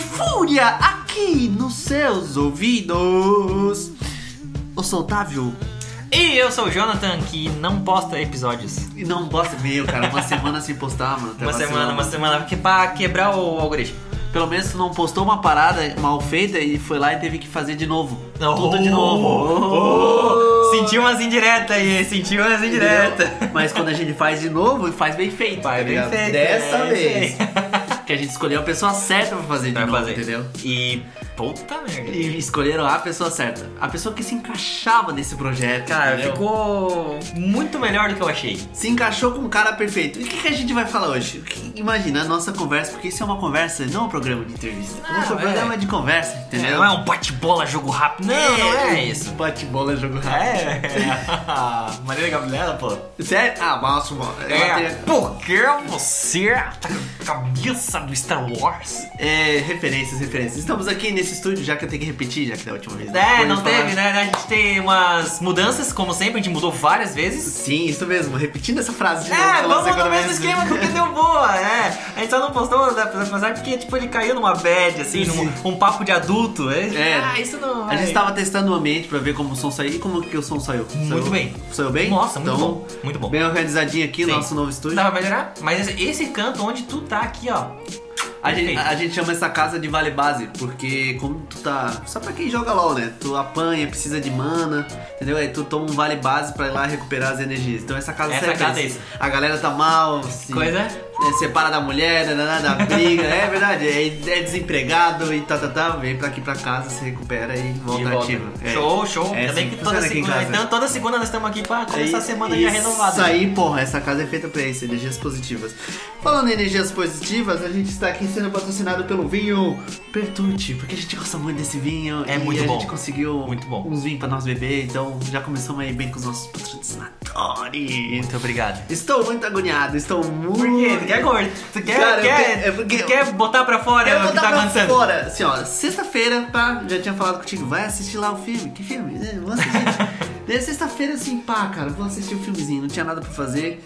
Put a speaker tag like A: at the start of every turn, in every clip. A: Cracolândia, aqui nos seus ouvidos. Eu sou Otávio
B: E eu sou o Jonathan, que não posta episódios.
A: e não bosta meio, cara. Uma semana sem postar, mano. Tá
B: Uma
A: vacilando.
B: semana, uma semana, porque pra quebrar o algoritmo.
A: Pelo menos tu não postou uma parada mal feita e foi lá e teve que fazer de novo. Tudo de novo.
B: Oh, Sentiu umas indiretas aí, sentiu umas indiretas.
A: Mas quando a gente faz de novo, faz bem feito. tá
B: Vai bem
A: ligado?
B: feito,
A: Dessa
B: é
A: vez.
B: isso aí.
A: Que a gente escolheu a pessoa certa pra fazer de
B: Vai
A: novo,
B: fazer.
A: entendeu?
B: E. Puta merda.
A: E escolheram a pessoa certa. A pessoa que se encaixava nesse projeto.
B: Cara,
A: entendeu?
B: ficou muito melhor do que eu achei.
A: Se encaixou com um cara perfeito. E o que, que a gente vai falar hoje? O que- Imagina a nossa conversa, porque isso é uma conversa, não um programa de entrevista.
B: Não,
A: é um
B: é.
A: programa de conversa, entendeu?
B: Não é um bate-bola, jogo rápido. Não, não é isso.
A: Bate-bola jogo rápido.
B: É. Maria Gabriela, pô.
A: Sério? Ah, mas mano.
B: É, por que você tá com a cabeça do Star Wars?
A: É, referências, referências. Estamos aqui nesse estúdio, já que eu tenho que repetir, já que da última vez.
B: É,
A: Depois
B: não
A: eu falar.
B: teve, né? A gente tem umas mudanças, como sempre, a gente mudou várias vezes.
A: Sim, isso mesmo. Repetindo essa frase de novo.
B: É,
A: pela
B: vamos
A: segunda
B: no mesmo
A: vez.
B: esquema porque deu boa, é. A gente só não postou, né, apesar porque tipo, ele caiu numa bad, assim, num um papo de adulto. É,
A: É.
B: Ah, isso não.
A: A gente tava testando o ambiente pra ver como o som saiu e como que o som saiu. Saiu-
B: Muito bem.
A: Saiu bem?
B: Nossa, muito
A: então,
B: bom. Muito bom.
A: Bem organizadinho aqui,
B: Sim.
A: nosso novo estúdio.
B: Dava pra melhorar? Mas esse, esse canto onde tu tá aqui, ó.
A: A gente,
B: perfeito.
A: a gente chama essa casa de vale base, porque como tu tá. Só pra quem joga LOL, né? Tu apanha, precisa de mana, entendeu? Aí tu toma um vale base pra ir lá recuperar as energias. Então essa casa
B: Essa
A: serve pra
B: casa é
A: A galera tá mal, se
B: Coisa.
A: é, separa da mulher, nananã, da briga. é verdade, é, é desempregado e tá, tá, tá. Vem pra aqui pra casa, se recupera e volta,
B: de volta.
A: ativa. É.
B: Show, show.
A: É
B: Ainda bem
A: assim
B: que
A: que
B: toda
A: funciona aqui em
B: segunda.
A: casa. É
B: Então, toda segunda nós estamos aqui pra começar a Tá semana já renovada. né?
A: Isso aí, porra, essa casa é feita pra isso, energias positivas. Falando em energias positivas, a gente está aqui sendo patrocinado pelo vinho Pertucci, porque a gente gosta muito desse vinho.
B: É
A: e
B: muito
A: a
B: bom.
A: gente conseguiu
B: Muito bom.
A: uns vinhos pra nós beber, então já começamos aí bem com os nossos patrocinadores.
B: Muito obrigado.
A: Estou muito agoniado, estou muito.
B: Por quê? Tu quer gordo? Tu quer,
A: Uh. Cara, eu
B: quer,
A: que- é porque-
B: tu quer botar pra fora
A: Eu
B: o
A: vou
B: que
A: dar
B: tá
A: pra
B: acontecendo?
A: fora, assim ó, sexta-feira, pá, já tinha falado contigo, vai assistir lá o filme, que filme? É, vou assistir. Daí sexta-feira assim, pá, cara, vou assistir o filmezinho, não tinha nada pra fazer.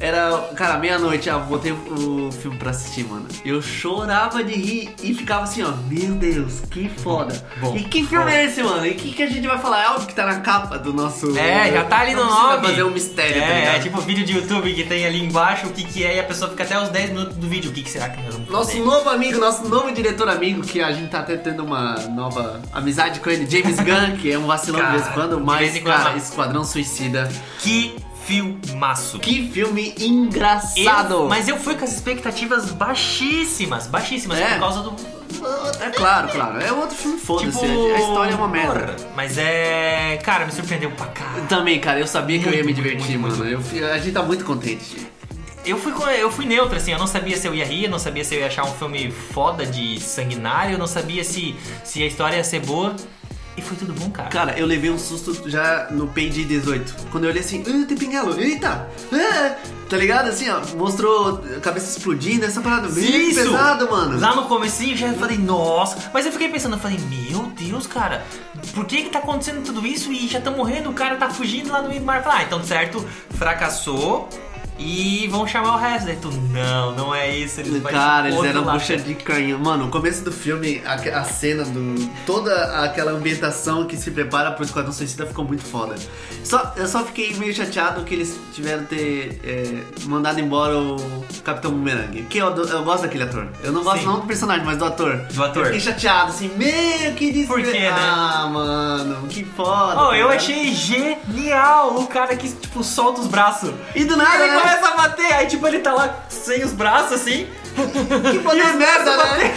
A: Era, cara, meia-noite, ah, botei o filme pra assistir, mano. Eu chorava de rir e ficava assim, ó, meu Deus, que foda.
B: Bom,
A: e que filme
B: bom.
A: é esse, mano? E o que, que a gente vai falar? É óbvio que tá na capa do nosso.
B: É, já tá ali no
A: Não precisa
B: nome.
A: fazer um mistério, tá
B: É,
A: ligado?
B: é tipo o vídeo de YouTube que tem ali embaixo o que que é e a pessoa fica até os 10 minutos do vídeo. O que que será que nós vamos
A: Nosso
B: fazer?
A: novo amigo, nosso novo diretor amigo, que a gente tá até tendo uma nova amizade com ele, James Gunn, que é um vacilão de
B: Cara,
A: vez em quando,
B: de
A: mas,
B: vez em
A: cara,
B: quando.
A: Esquadrão Suicida.
B: Que filmaço.
A: Que filme
B: Eu-
A: engraçado!
B: mas eu fui com as expectativas baixíssimas, baixíssimas,
A: É.
B: por causa do.
A: É claro, claro. É outro filme, foda-se.
B: tipo,
A: A história é uma merda.
B: porra. Mas é. Cara, me surpreendeu pra caralho.
A: Também, cara, eu sabia que eu ia me
B: Muito,
A: divertir,
B: muito,
A: mano. Eu fui- a gente tá muito contente.
B: Eu fui, com- eu fui neutro, assim, eu não sabia se eu ia rir, eu não sabia se eu ia achar um filme foda de sanguinário, eu não sabia se, se a história ia ser boa. E foi tudo bom, cara.
A: Cara, eu levei um susto já no Page 18. Quando eu olhei assim, ah, tem pinguelo, eita! ah", Tá ligado? Assim, ó, mostrou a cabeça explodindo, essa parada bem
B: Isso!
A: pesado, mano.
B: Lá no comecinho eu já falei, nossa. Mas eu fiquei pensando, eu falei, meu Deus, cara, por que que tá acontecendo tudo isso e já tá morrendo, o cara tá fugindo lá no meio do mar. Eu falei, ah, então certo, fracassou e vão chamar o resto. Daí tu, não, não é isso, eles vão
A: Cara, eles
B: outro
A: eram
B: lá."
A: bucha de canhão. Mano, o começo do filme, a, a cena do. toda aquela ambientação que se prepara pro Esquadrão Suicida ficou muito foda. Só, eu só fiquei meio chateado que eles tiveram ter é, mandado embora o Capitão Boomerang. Que eu, ado- eu gosto daquele ator. Eu não gosto
B: Sim.
A: não do personagem, mas do ator.
B: Do ator.
A: Eu fiquei chateado, assim, meio que desespero.
B: Por quê, né?
A: Ah, mano, que foda.
B: Oh, eu
A: cara.
B: achei genial o cara que, tipo, solta os braços.
A: E do
B: Aí
A: nada,
B: ele
A: né?
B: começa a bater, aí tipo ele tá lá sem os braços assim.
A: Que poder merda, né?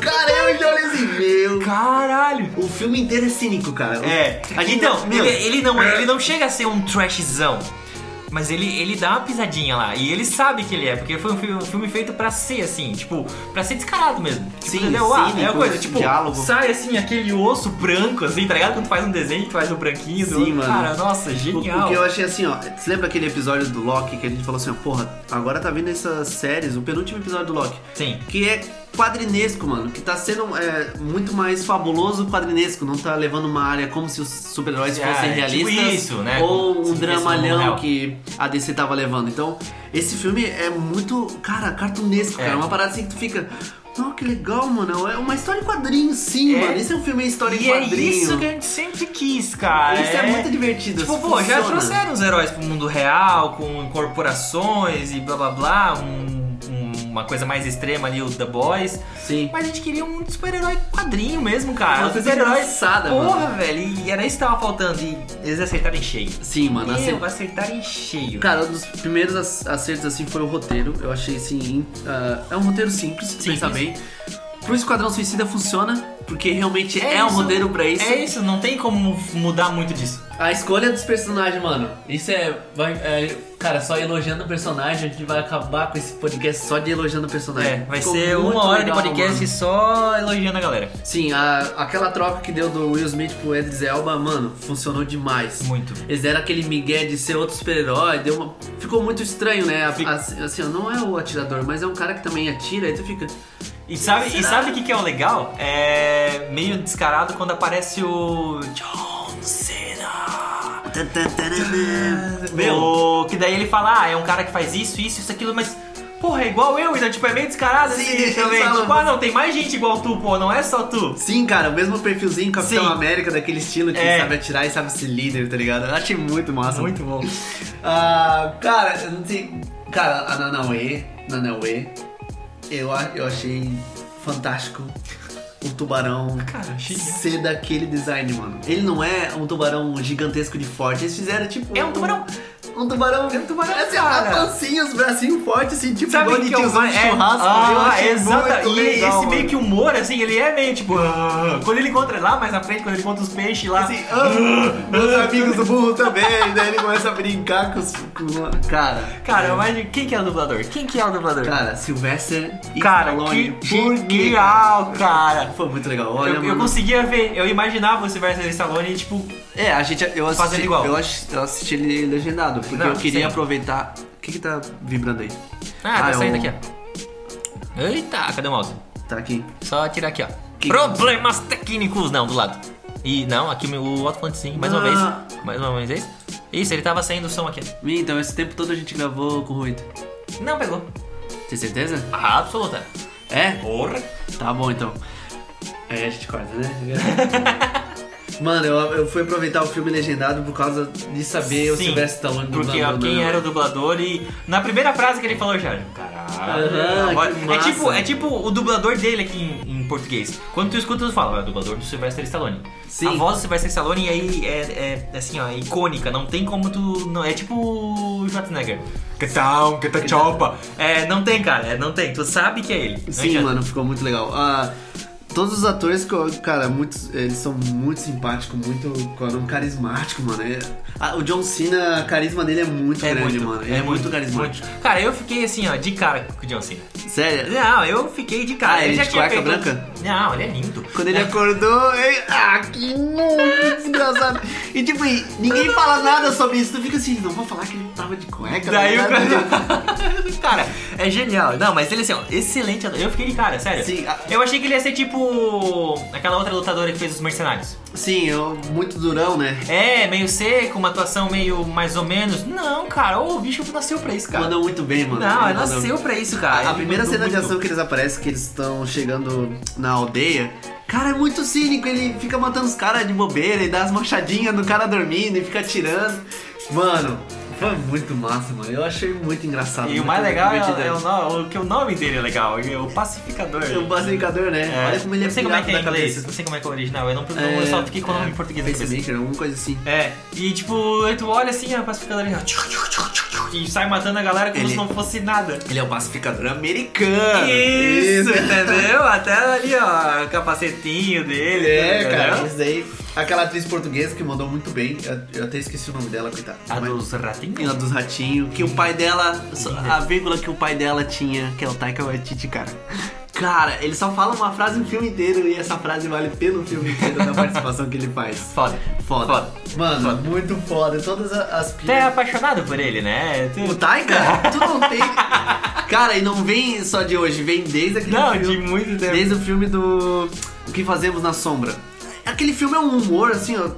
A: Cara, eu já olhei assim, meu.
B: Caralho!
A: O filme inteiro é cínico, cara.
B: É.
A: A gente
B: Então,
A: não- meu,
B: ele, ele não, ele não chega a ser um trashzão. Mas ele, ele dá uma pisadinha lá. E ele sabe que ele é, porque foi um filme, um filme feito pra ser assim, tipo, pra ser descarado mesmo. Tipo,
A: Sim,
B: entendeu? Ah, é
A: cínico,
B: uma coisa, tipo,
A: diálogo.
B: sai assim aquele osso branco, assim, tá ligado? Quando tu faz um desenho, tu faz um branquinho,
A: Sim,
B: do outro.
A: mano.
B: cara, nossa,
A: o,
B: genial.
A: o que eu achei assim, ó. Você lembra aquele episódio do Loki que a gente falou assim, ó, porra, agora tá vindo essas séries, o penúltimo episódio do Loki,
B: Sim.
A: que é quadrinesco, mano, que tá sendo é, muito mais fabuloso quadrinesco, não tá levando uma área como se os super-heróis
B: É,
A: fossem
B: tipo
A: realistas.
B: isso, né?
A: Ou
B: Como
A: um
B: se vivesse no mundo
A: dramalhão
B: real.
A: que a DC tava levando. Então, esse filme é muito, cara, cartunesco,
B: É.
A: cara. É uma parada assim que tu fica. Oh, que legal, mano. É uma história em quadrinhos, sim,
B: É.
A: mano. Esse é um filme em história
B: E
A: em
B: é
A: quadrinhos.
B: isso que a gente sempre quis, cara.
A: Isso é, muito divertido.
B: Tipo,
A: isso
B: pô, já
A: funciona.
B: trouxeram os heróis pro mundo real, com corporações e blá blá blá, um- um- uma coisa mais extrema ali, o The Boys.
A: Sim.
B: Mas a gente queria um super-herói quadrinho mesmo, cara.
A: Uma
B: Os
A: coisa
B: super-heróis.
A: engraçada, mano.
B: Porra, velho, e era isso que tava faltando. E eles acertaram em cheio.
A: Sim, mano. assim,
B: Meu, acertaram em cheio.
A: Cara, um dos primeiros ac- acertos assim foi o roteiro. Eu achei assim. in- ah, é um roteiro simples, se
B: Simples.
A: pensar bem. Pro Esquadrão Suicida funciona, porque realmente é,
B: É
A: um
B: isso.
A: roteiro pra isso.
B: É isso, não tem como mudar muito disso.
A: A escolha dos personagens, mano. Isso é, vai- é- Cara, só elogiando o personagem, a gente vai acabar com esse podcast só de elogiando o personagem.
B: É, vai
A: Ficou
B: ser
A: muito
B: uma hora
A: legal,
B: de podcast
A: mano.
B: só elogiando a galera.
A: Sim, a- aquela troca que deu do Will Smith pro Edris Elba, mano, funcionou demais.
B: Muito.
A: Eles deram aquele migué de ser outro super-herói, deu uma... Ficou muito estranho, né? A-
B: Fica-
A: a- Assim, ó, não é o atirador, mas é um cara que também atira, aí tu fica...
B: E sabe e sabe o que, que é o legal? É meio descarado quando aparece o John Cena.
A: Meu,
B: O, que daí ele fala, ah, é um cara que faz isso, isso, isso, aquilo, mas... Porra, é igual eu, então tipo, é meio descarado
A: Sim,
B: assim também.
A: eles falam-
B: Tipo, ah não, tem mais gente igual tu, pô, não é só tu.
A: sim, cara, o mesmo perfilzinho Capitão
B: Sim.
A: América, daquele estilo que
B: É.
A: sabe atirar e sabe ser líder, tá ligado? Eu achei muito massa.
B: Muito bom.
A: Ah, cara, eu não sei... Cara, a Nanauê, Nanauê, eu, a- eu achei fantástico o tubarão
B: Cara, achei...
A: ser daquele design, mano. Ele não é um tubarão gigantesco de forte. Eles fizeram tipo.
B: É um tubarão.
A: Um tubarão.
B: É um tubarão,
A: Assim, a
B: cara.
A: pancinha, os bracinhos fortes, assim, tipo
B: Sabe o
A: igual
B: que
A: de
B: que eu
A: tiozão de
B: é,
A: churrasco. eu
B: ah,
A: achei
B: exata,
A: muito
B: e
A: legal,
B: esse
A: mano.
B: meio que humor, assim, ele é meio tipo. ah, quando ele encontra lá mais na frente, quando ele encontra os peixes lá.
A: Assim, ah, meus amigos do burro também, daí ele começa a brincar com os. com- Cara.
B: Cara, mas quem que é o dublador? Quem que é o dublador?
A: Cara, Sylvester e
B: Cara,
A: Stallone.
B: que
A: Por quê,
B: genial, cara.
A: Foi muito legal, olha,
B: Eu, eu
A: mano.
B: conseguia ver, eu imaginava o Sylvester Stallone, tipo,
A: É, a gente. Eu assisti,
B: Fazendo igual.
A: Eu, ass- eu assisti ele legendado, porque
B: Não,
A: eu queria
B: sim.
A: aproveitar. O que que tá vibrando aí?
B: ah, tá
A: Ah, é
B: saindo
A: um-
B: aqui, ó. Eita, cadê o mouse?
A: Tá aqui.
B: Só tirar aqui, ó.
A: Que-
B: Problemas técnicos, não, do lado. E não, aqui o meu- o alto-falantezinho, mais uma
A: Ah.
B: vez. Mais uma vez. é Isso, ele tava saindo o som aqui.
A: Ih, Então, esse tempo todo a gente gravou com ruído.
B: Não pegou.
A: Tem certeza?
B: Absoluta.
A: É?
B: Porra.
A: Tá bom então. Aí a gente corta, né? Mano, eu, eu fui aproveitar o filme legendado por causa de saber o
B: Sim,
A: Sylvester Stallone
B: Porque ó,
A: dublando,
B: quem
A: né?
B: era o dublador e. Na primeira frase que ele falou já. Caralho.
A: Aham,
B: agora-
A: que
B: é,
A: massa.
B: tipo, é tipo o dublador dele aqui em, em português. Quando tu escuta, tu fala, "Ah, é o dublador do Sylvester Stallone.
A: Sim.
B: A voz do Sylvester Stallone aí é, é, assim, ó, é icônica. Não tem como tu. Não, é tipo o Schwarzenegger. Que tal, que tá chopa. É, não tem, cara. É, não tem. Tu sabe que é ele. Não
A: Sim,
B: adianta.
A: mano, ficou muito legal. Ah, todos os atores, co- cara, muitos, eles são muito simpáticos, muito cara, um carismático, mano. É- ah, o John Cena, o carisma dele é muito
B: É
A: grande,
B: muito,
A: mano. Ele é, muito carismático.
B: muito. Cara, eu fiquei assim, ó, de cara com o John Cena.
A: Sério?
B: Não, eu fiquei de cara.
A: Ah, ele
B: já
A: de
B: tinha
A: cueca
B: feito-
A: branca?
B: Não, ele é lindo.
A: Quando ele acordou, ele... Ah, que nojo, desgraçado. E tipo, e ninguém fala nada sobre isso. Tu fica assim, não vou falar que ele tava de cueca.
B: Daí
A: tá
B: o
A: ligado?
B: cara... cara, é genial. Não, mas ele assim, ó, excelente. ator. Eu fiquei de cara, sério.
A: Sim, ah, a-
B: Eu achei que ele ia ser tipo aquela outra lutadora que fez os mercenários.
A: Sim, eu, muito durão, né?
B: É, meio seco, uma atuação meio mais ou menos. Não, cara, ô, o bicho nasceu pra isso, cara.
A: Mandou muito bem, mano.
B: Não, ele
A: Mandou-
B: nasceu pra isso, cara.
A: A, a
B: Ele
A: primeira
B: mandou
A: cena de
B: muito.
A: ação que eles aparecem, que eles estão chegando na aldeia. Cara, é muito cínico, ele fica matando os caras de bobeira e dá as machadinhas no cara dormindo e fica atirando. Mano, foi muito massa, mano. Eu achei muito engraçado.
B: E o
A: muito
B: mais legal é,
A: divertido.
B: é o, no- o que o nome dele é legal, é o pacificador.
A: É um pacificador, né?
B: É,
A: Olha como ele é
B: não sei como é que é em
A: pirata da
B: inglês,
A: cabeça. É,
B: não sei como é que é o original, eu, não, eu só fiquei com o nome em português. na cabeça.
A: Pacemaker, alguma coisa assim.
B: É, e tipo, aí tu olha assim, a pacificadora ele, ó, tchuc, tchuc, tchuc, tchuc, tchuc, e sai matando a galera como
A: Ele-
B: se não fosse nada.
A: Ele é um pacificador americano.
B: Isso, entendeu? Até ali, ó, o capacetinho dele.
A: É,
B: entendeu?
A: cara, isso daí. Aquela atriz portuguesa que mandou muito bem, eu, eu até esqueci o nome dela, coitada.
B: A
A: Mas-
B: dos
A: E a
B: ratinhos.
A: dos ratinhos, que o pai dela, só- a vírgula que o pai dela tinha, que é o Taika Waititi, cara. Cara, ele só fala uma frase o filme inteiro e essa frase vale pelo filme inteiro da participação que ele faz.
B: Foda.
A: Foda.
B: Foda.
A: Mano,
B: Foda.
A: muito foda. Todas a- as
B: Tu é
A: piadas.
B: apaixonado por ele, né? Tu-
A: O Taika? tá, Tu não tem. Cara, e não vem só de hoje, vem desde aquele
B: Não,
A: filme.
B: de muito tempo.
A: Desde o filme do O que Fazemos na Sombra. Aquele filme é um humor, assim, ó.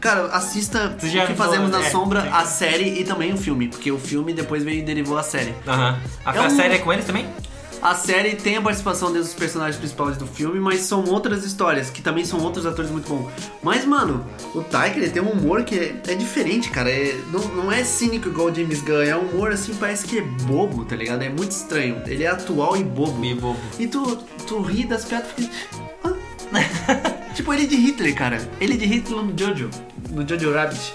A: Cara, assista
B: Tu já
A: O que Fazemos
B: falou,
A: na
B: é,
A: Sombra,
B: sim.
A: a série e também o filme. Porque o filme depois veio e derivou a série.
B: Aham. A,
A: É
B: a
A: um-
B: série é com ele também?
A: a série tem a participação desses personagens principais do filme, mas são outras histórias, que também são outros atores muito bons. Mas, mano, o Taika, ele tem um humor que é, é diferente, cara. É- não, não é cínico igual o James Gunn, é um humor, assim, parece que é bobo, tá ligado? É muito estranho. Ele é atual e bobo.
B: Meio bobo.
A: E tu, tu ri das piadas e fica. "Ah?" tipo, ele de Hitler, cara. Ele é de Hitler no Jojo. No Jojo Rabbit.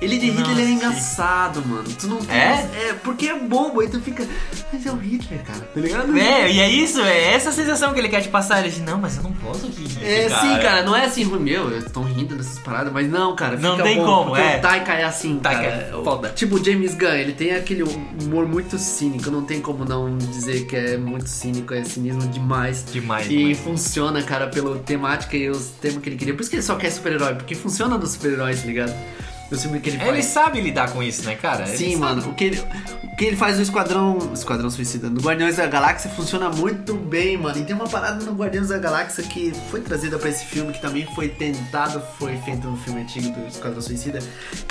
A: Ele de Hitler
B: Nossa.
A: ele é engraçado, mano. Tu não
B: É?
A: É, porque é bobo, aí tu fica. Mas é o Hitler, cara. Tá ligado?
B: É, e é isso, é essa sensação que ele quer te passar. Ele diz, não, mas eu não posso rir. disso,
A: É, sim, cara, não é assim, "Ui, meu, eu tô rindo dessas paradas, mas não, cara, fica
B: Não tem
A: bom,
B: como,
A: porque
B: é.
A: o Taika é assim,
B: Taika
A: cara.
B: é
A: foda. Tipo, o James Gunn, ele tem aquele humor muito cínico, não tem como não dizer que é muito cínico, é cinismo demais.
B: Demais,
A: E
B: demais.
A: funciona, cara, pela temática e os temas que ele queria. Por isso que ele só quer super-herói, porque funciona nos super-heróis, tá ligado? O filme que ele faz.
B: Ele sabe lidar com isso, né, cara? Ele
A: Sim,
B: sabe.
A: mano. O que, ele, o que ele faz no Esquadrão. Esquadrão Suicida. No Guardiões da Galáxia funciona muito bem, mano. E tem uma parada no Guardiões da Galáxia que foi trazida pra esse filme, que também foi tentado, foi feito no filme antigo do Esquadrão Suicida,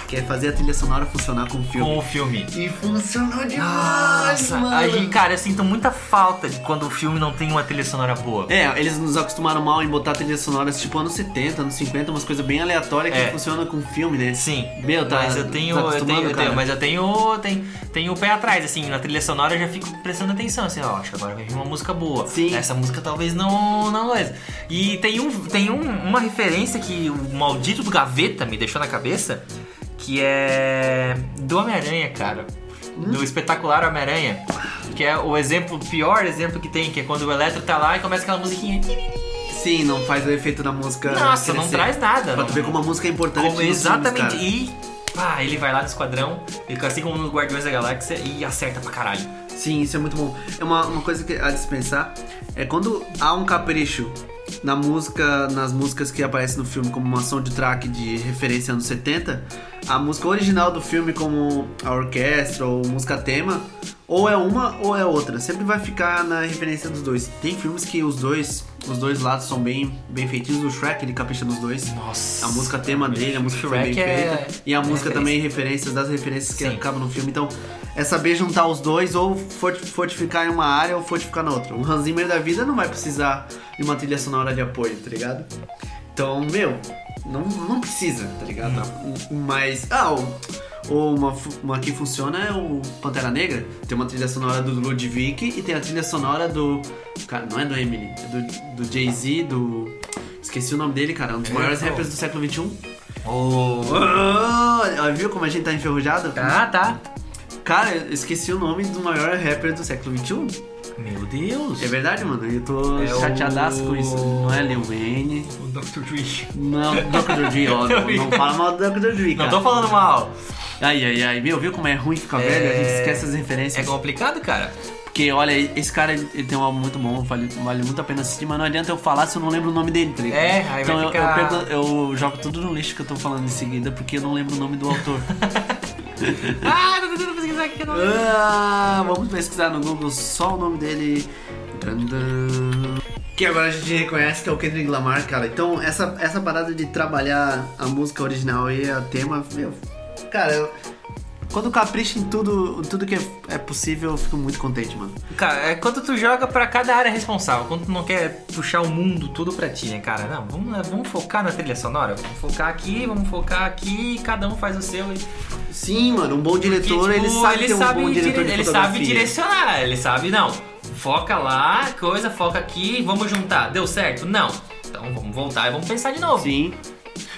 A: que é fazer a trilha sonora funcionar com o filme.
B: Com o filme.
A: E funcionou demais,
B: Nossa,
A: mano.
B: a gente- cara, eu sinto muita falta de quando o filme não tem uma trilha sonora boa.
A: É, eles nos acostumaram mal em botar trilhas sonoras tipo anos 70, anos 50, umas coisas bem aleatórias que
B: É.
A: funcionam com filme, né?
B: Sim.
A: Meu, tá-
B: Mas eu
A: tá
B: tenho. eu tenho,
A: acostumando,
B: eu
A: cara?
B: tenho mas eu tenho, tenho. Tenho o pé atrás, assim, na trilha sonora eu já fico prestando atenção, assim, ó, acho que agora vai vir uma música boa.
A: Sim.
B: Essa música talvez não. não coisa. E tem, um, tem um- uma referência que o maldito do Gaveta me deixou na cabeça, que é. Do Homem-Aranha, cara. Do espetacular Homem-Aranha. Que é o exemplo, o pior exemplo que tem, que é quando o Eletro tá lá e começa aquela musiquinha.
A: Sim, não faz o efeito da música.
B: Nossa, não
A: crescer.
B: traz nada.
A: Pra
B: não-
A: tu ver como a música é importante.
B: como-
A: nos filmes,
B: exatamente.
A: cara.
B: e pá, ele vai lá no esquadrão, ele- assim como nos Guardiões da Galáxia, e acerta pra caralho.
A: Sim, isso é muito bom. É uma, uma coisa que a dispensar é quando há um capricho na música, nas músicas que aparecem no filme como uma soundtrack de referência anos 70, a música original do filme como a orquestra ou música tema, ou é uma ou é outra, sempre vai ficar na referência dos dois. Tem filmes que os dois, os dois lados são bem bem feitinhos, o Shrek ele capricha nos dois.
B: Nossa.
A: A música tema dele, a música foi bem
B: Shrek é-
A: feita. E a
B: é
A: música
B: referência.
A: também, referências das referências que
B: Sim.
A: acabam no filme. Então, é saber juntar os dois ou forti- fortificar em uma área ou fortificar na outra. O Hans Zimmer da vida não vai precisar de uma trilha sonora de apoio, tá ligado? Então, meu, não, não precisa, tá ligado?
B: Hum.
A: Mas, ah, o, o- uma, fu- uma que funciona é o Pantera Negra. Tem uma trilha sonora do Ludwig e tem a trilha sonora do. Cara, não é do Emily, é do, do Jay-Z, do. Esqueci o nome dele, cara. Um dos
B: É,
A: maiores
B: qual?
A: rappers do século XXI.
B: Oh.
A: Oh, viu como a gente tá enferrujado?
B: Tá, tá.
A: Cara, eu esqueci o nome do maior rapper do século XXI.
B: Meu Deus.
A: É verdade, mano. Eu tô
B: É
A: chateadaço
B: o-
A: com isso. Não é Lil Wayne.
B: O Dr. Dre.
A: Não, Dr. Dre, ó. Não,
B: Tô
A: não
B: brincando.
A: fala mal do Dr. Dre,
B: Não
A: cara.
B: tô falando mal.
A: Ai, ai, ai. Meu, viu como é ruim ficar
B: É-
A: velho? A gente esquece as
B: É
A: referências.
B: complicado, cara.
A: Porque, olha, esse cara, ele ele tem um álbum muito bom. Vale, vale muito a pena assistir. Mas não adianta eu falar se eu não lembro o nome dele, tá ligado?
B: É, aí
A: Então
B: vai
A: eu,
B: ficar-
A: eu, perco- eu jogo tudo no lixo que eu tô falando em seguida. Porque eu não lembro o nome do autor.
B: Ah, tô tentando pesquisar aqui que eu não lembro.
A: Ah, vamos pesquisar no Google só o nome dele. Dun, dun. Que agora a gente reconhece que é o Kendrick Lamar, cara. Então, essa, essa parada de trabalhar a música original e a tema, meu. Cara, eu- quando capricha em tudo, tudo que é- é possível, eu fico muito contente, mano.
B: Cara, é quando tu joga pra cada área responsável, quando tu não quer puxar o mundo todo pra ti, né, cara? Não, vamos, lá, vamos focar na trilha sonora. Vamos focar aqui, vamos focar aqui, cada um faz o seu. E...
A: Sim, mano, um bom diretor,
B: Porque,
A: ele
B: tipo,
A: sabe ter um bom
B: dire-
A: diretor de
B: Ele
A: fotografia.
B: sabe direcionar, ele sabe, não. Foca lá, coisa, foca aqui, vamos juntar. Deu certo? Não. Então vamos voltar e vamos pensar de novo.
A: Sim.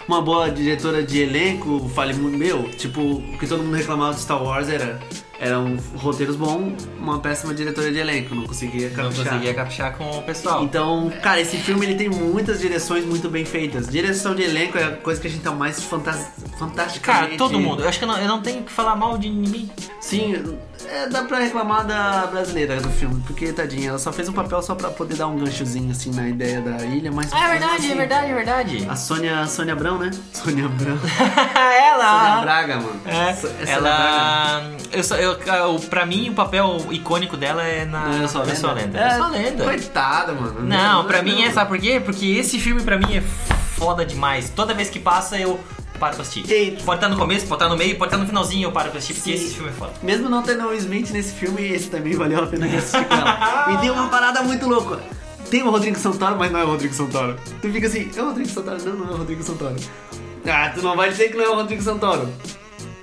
A: Uma boa diretora de elenco, fale muito meu, tipo, o que todo mundo reclamava de Star Wars era eram roteiros bons, uma péssima diretora de elenco, não conseguia
B: Não
A: caprichar.
B: conseguia caprichar com o pessoal.
A: Então, cara, esse filme ele tem muitas direções muito bem feitas. Direção de elenco é a coisa que a gente tá mais fantas...
B: Cara,
A: fantasticamente...
B: todo mundo. Eu acho que eu não, eu não tenho que falar mal de ninguém.
A: Sim, é, dá pra reclamar da brasileira do filme, porque, tadinha, ela só fez um papel só pra poder dar um ganchozinho, assim, na ideia da ilha, mas...
B: Ah, é verdade,
A: assim,
B: é verdade, é verdade.
A: A Sônia, a Sônia Abrão, né? Sônia Abrão. Sônia
B: É Ela!
A: Braga, mano.
B: Ah. É,
A: So- é Sônia Braga.
B: ela. Eu só, eu, eu- pra mim, o papel icônico dela é na.
A: Não, eu sou a
B: Eu sou a
A: lenda.
B: lenda.
A: É,
B: Eu sou a lenda.
A: Coitada, mano.
B: Não, pra mim é,
A: essa
B: sabe por quê? Porque esse filme pra mim é foda demais. Toda vez que passa eu paro pra assistir.
A: E-
B: Pode estar no começo, pode estar no meio, pode estar no finalzinho, eu paro pra assistir, porque
A: Sim.
B: esse filme é foda.
A: Mesmo não tendo o Will Smith nesse filme, esse também valeu a pena de assistir com ela. E tem uma parada muito louca. Tem o Rodrigo Santoro, mas não é o Rodrigo Santoro. Tu fica assim, é o Rodrigo Santoro? Não, não é o Rodrigo Santoro. Ah, tu não vai dizer que não é o Rodrigo Santoro.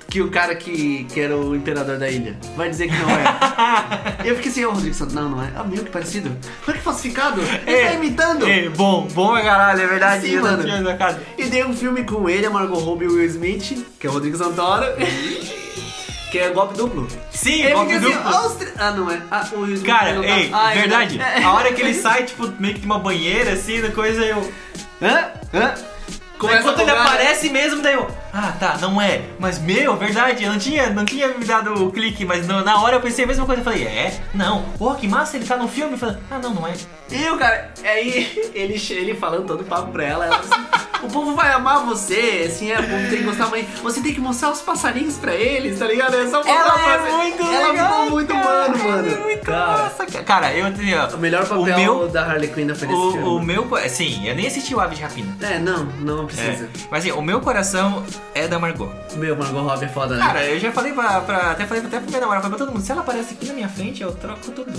A: Que o cara que, que era o imperador da ilha. Vai dizer que não é. E eu fiquei assim, é o Rodrigo Santoro. Não, não é. Ah, meu, que parecido. Foi que falsificado. Ele tá imitando.
B: É, bom, bom é caralho, é verdade.
A: Sim,
B: eu não
A: mano.
B: tinha sacado.
A: E dei um filme com ele, a Margot Robbie e o Will Smith, que é o Rodrigo Santoro. que é golpe duplo.
B: Sim,
A: Ele
B: golpe
A: fica assim,
B: duplo.
A: Austri- Ah, não é. Ah, o Will Smith
B: Cara,
A: não tá-
B: ei,
A: Ah, é
B: verdade.
A: É.
B: A hora que ele sai, tipo, meio que de uma banheira, assim, da coisa, eu...
A: Hã? Hã?
B: Mas
A: Começa
B: quando
A: a
B: ele
A: bugar, né?
B: aparece mesmo, daí eu. Ah, tá, não é. Mas meu, verdade, eu não tinha, não tinha me dado o clique, mas no- na hora eu pensei a mesma coisa. Eu falei, é? Não. Pô, que massa, ele tá no filme. Eu falei, ah, não, não é.
A: E o cara, aí ele, che- ele falando todo o papo pra ela, ela assim, o povo vai amar você, assim, é, o povo tem que gostar muito. Você tem que mostrar os passarinhos pra eles, tá ligado? É só falar pra você. Ela ficou muito humano, mano. cara,
B: é massa, cara. Cara, eu tenho.
A: o melhor papel
B: O meu.
A: da Harley Quinn da
B: O,
A: Felicity.
B: o meu. co- é, Sim, eu nem assisti o Ave de Rapina.
A: É, não, não precisa.
B: É. Mas assim, o meu coração é da Margot.
A: Meu, Margot Robbie é foda, né?
B: Cara, eu já falei pra. pra- até falei até pra minha namorada, falei pra todo mundo, se ela aparece aqui na minha frente, eu troco tudo.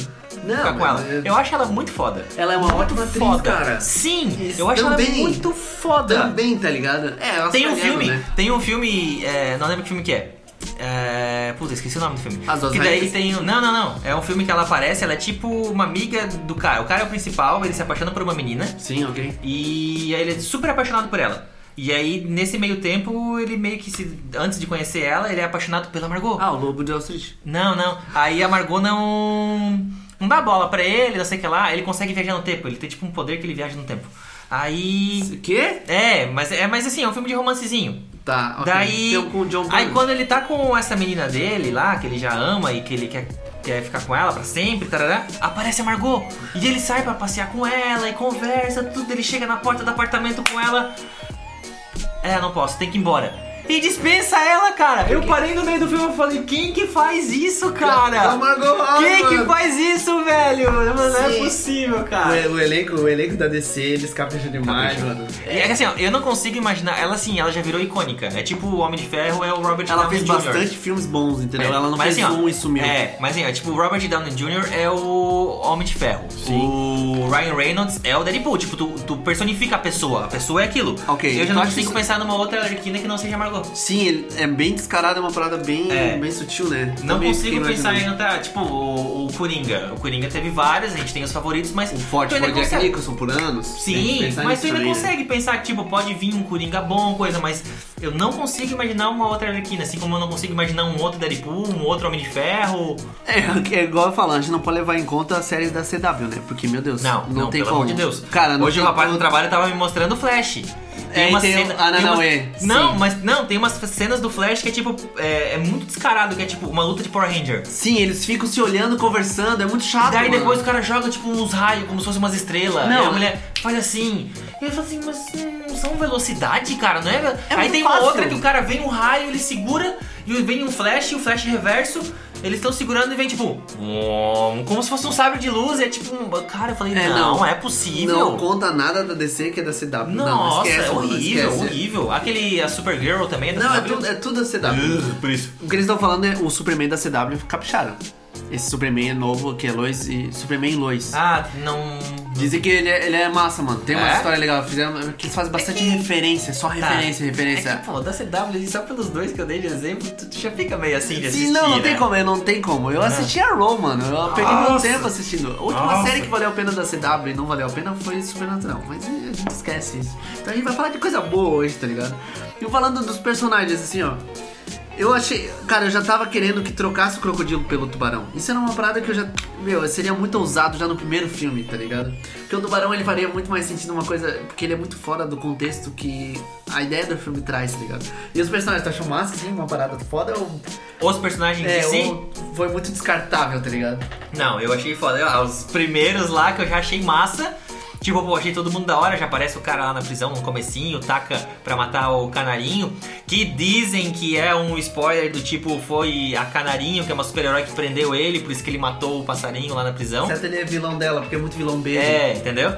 A: Não,
B: Ficar com
A: mas é-
B: ela.
A: eu-
B: Eu acho ela muito foda.
A: Ela é uma ótima atriz,
B: foda.
A: cara.
B: Sim,
A: Isso
B: eu acho ela
A: também.
B: muito foda.
A: Também, tá ligado? É, ela
B: Tem um
A: se
B: filme,
A: nega, né?
B: tem um filme, é, não lembro que filme que é. É, puta, esqueci o nome do filme.
A: As Duas
B: que daí
A: Rainhas?
B: tem. um- Não, não, não. É um filme que ela aparece, ela é tipo uma amiga do cara. O cara é o principal, ele se apaixona por uma menina.
A: Sim, ok.
B: E aí ele é super apaixonado por ela. E aí, nesse meio tempo, ele meio que se. Antes de conhecer ela, ele é apaixonado pela Margot.
A: Ah, o Lobo de Wall Street.
B: Não, não. Aí a Margot não. Não dá bola pra ele, não sei o que lá. Ele consegue viajar no tempo. Ele tem tipo um poder que ele viaja no tempo. Aí.
A: Quê?
B: É, mas é mas assim, é um filme de romancezinho.
A: Tá, ok.
B: Daí.
A: Tem um com o John
B: aí
A: Boyd.
B: quando ele tá com essa menina dele lá, que ele já ama e que ele quer, quer ficar com ela pra sempre, tarará, aparece a Margot. E ele sai pra passear com ela e conversa, tudo. Ele chega na porta do apartamento com ela. É, não posso, tem que ir embora. E dispensa ela, cara. Eu parei no meio do filme e falei, quem que faz isso, cara?
A: É o Margot Robbie,
B: Quem que
A: mano.
B: faz isso, velho? Não é
A: Sim. é
B: possível,
A: O,
B: cara.
A: e- o elenco, o elenco da DC, eles capricham demais,
B: Capricham.
A: mano.
B: E É que assim, ó, eu não consigo imaginar. Ela assim, ela já virou icônica. É tipo o Homem de Ferro é o Robert
A: Ela
B: Downey
A: fez
B: Jr.
A: bastante filmes bons, entendeu?
B: É,
A: Ela não
B: mas
A: fez
B: assim, ó,
A: um e sumiu.
B: É, mas assim, ó, tipo, o Robert Downey Jr. é o Homem de Ferro.
A: Sim.
B: O Ryan Reynolds é o Deadpool. Tipo, tu, tu personifica a pessoa. A pessoa é aquilo.
A: Ok, então
B: Eu já
A: tu
B: não
A: acha
B: consigo
A: que-
B: pensar numa outra Arlequina que não seja Margot.
A: Sim, ele é bem descarado, é uma parada bem,
B: É.
A: bem sutil, né?
B: Não
A: Também
B: consigo
A: fiquei
B: pensar em
A: imaginando.
B: outra. Tipo, o, o Coringa. O Coringa teve várias, a gente tem os favoritos, mas.
A: O forte
B: tu ainda
A: foi Jack
B: consegue-
A: Nicholson por anos. Tem que
B: Sim,
A: pensar
B: mas
A: nisso
B: tu ainda
A: também, né?
B: consegue pensar que, tipo, pode vir um Coringa bom, coisa, mas eu não consigo imaginar uma outra Arlequina, assim como eu não consigo imaginar um outro Deadpool, um outro Homem de Ferro.
A: É, é igual eu falo, a gente não pode levar em conta as séries da CW, né? Porque, meu Deus,
B: Não, não,
A: tem
B: pelo
A: como.
B: amor de Deus.
A: Cara, não
B: Hoje
A: tem
B: o rapaz
A: como.
B: do trabalho tava me mostrando o Flash.
A: É, e tem o Ananauê,
B: tem umas-
A: é, sim.
B: Não, mas não, tem umas cenas do Flash que é tipo. É, é muito descarado, que é tipo uma luta de Power Ranger.
A: Sim, eles ficam se olhando, conversando, é muito chato.
B: Daí
A: mano.
B: depois o cara joga tipo uns raios, como se fosse umas estrelas.
A: Não.
B: Não. a mulher faz assim. E eu falo assim, mas não são velocidade, cara, não é?
A: É
B: Aí
A: muito
B: tem uma
A: fácil.
B: outra que o cara vem um raio, ele segura, e vem um flash, e o flash reverso. Eles estão segurando e vem tipo. "Uom", Como se fosse um sabre de luz. E é tipo. um- Cara, eu falei,
A: É,
B: não,
A: não.
B: é possível.
A: Não conta nada da DC que é da CW. não,
B: Nossa,
A: esquece,
B: é
A: mano,
B: horrível,
A: esquece.
B: horrível. Aquele a Supergirl também é da
A: Não, é
B: CW.
A: tudo, é tudo da CW.
B: Ugh, Por isso.
A: O que eles estão falando é o Superman da CW capricharam. Esse Superman é novo, que é Lois e Superman Lois.
B: Ah, não.
A: Dizem que ele é, ele é massa, mano. Tem uma
B: É?
A: história legal. Fizeram, que eles fazem bastante
B: que- Tá.
A: referência, só referência, referência.
B: É que, pô, da CW, só pelos dois que eu dei de exemplo, tu, tu já fica meio assim de assistir,
A: Sim, não, não
B: né?
A: tem como, eu não tem como. Eu assisti a Raw, mano. Eu perdi meu
B: Nossa.
A: tempo assistindo. A última
B: Nossa.
A: série que valeu a pena da CW e não valeu a pena foi Supernatural. Mas eh, a gente esquece isso. Então a gente vai falar de coisa boa hoje, tá ligado? E falando dos personagens, assim, ó. Eu achei. Cara, eu já tava querendo que trocasse o crocodilo pelo tubarão. Isso era uma parada que eu já. Meu, seria muito ousado já no primeiro filme, tá ligado? Porque o tubarão ele faria muito mais sentido uma coisa. Porque ele é muito fora do contexto que a ideia do filme traz, tá ligado? E os personagens, tu achou massa, assim, uma parada foda ou
B: Os personagens
A: é,
B: em si?
A: ou foi muito descartável, tá ligado?
B: Não, eu achei foda. Eu- Os primeiros lá que eu já achei massa. Tipo, pô, achei todo mundo da hora, já aparece o cara lá na prisão no comecinho, taca pra matar o canarinho, que dizem que é um spoiler do tipo, foi a canarinho, que é uma super-herói que prendeu ele, por isso que ele matou o passarinho lá na prisão.
A: Certo, ele é vilão dela, porque é muito vilão B.
B: É, entendeu?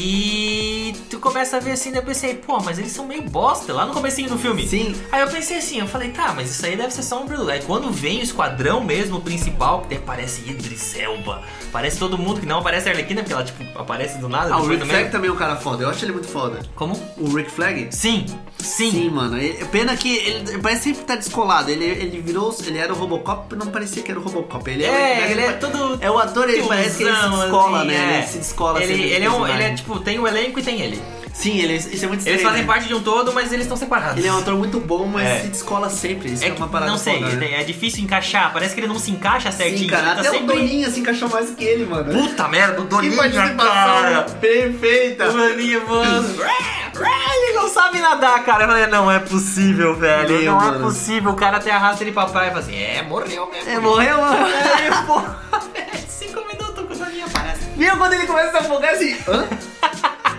B: Daí tu começa a ver assim, daí eu pensei, pô, mas eles são meio bosta lá no comecinho do filme.
A: Sim.
B: Aí eu pensei assim, eu falei, tá, mas isso aí deve ser só um Bruno. Aí quando vem o esquadrão mesmo, principal, que daí aparece Idris Elba, aparece todo mundo, que não aparece a Arlequina, porque ela, tipo, aparece do nada.
A: Ah, o
B: depois
A: Rick
B: do meio.
A: Flag também é um cara foda. Eu acho ele muito foda.
B: Como?
A: O Rick Flag?
B: Sim, sim.
A: Sim, mano. Ele- pena que ele parece sempre estar descolado. Ele, ele virou. Ele era o Robocop, não parecia que era o Robocop. Ele o
B: É,
A: Rick
B: ele
A: Flag,
B: é todo...
A: É o ator, ele parece que ele se
B: tiozão,
A: descola,
B: assim,
A: né?
B: é.
A: Ele se descola
B: Ele,
A: sempre do
B: ele, é um, ele é
A: personagem.
B: tipo, tem o elenco e tem ele.
A: Sim, ele, isso é muito estranho.
B: Eles fazem
A: né?
B: parte de um todo, mas eles estão separados.
A: Ele é um ator muito bom, mas
B: É.
A: se descola sempre. Isso é,
B: É que,
A: uma parada
B: não sei,
A: foda, né?
B: é difícil encaixar. Parece que ele não se encaixa certinho.
A: Sim, cara.
B: ele tá
A: Até o
B: sempre...
A: Doninha se encaixou mais que ele, mano.
B: Puta merda, o
A: que
B: Doninha, cara.
A: participação né? perfeita.
B: O Doninha, mano. Ele não sabe nadar, cara. Eu falei, não é possível, velho.
A: Meu,
B: não é
A: mano.
B: possível. O cara até arrasta ele pra praia e fala assim, é, morreu mesmo.
A: É, morreu, mano.
B: Aí, porra, velho, cinco minutos que o Doninha aparece.
A: Viu quando ele começa a afogar assim? Hã?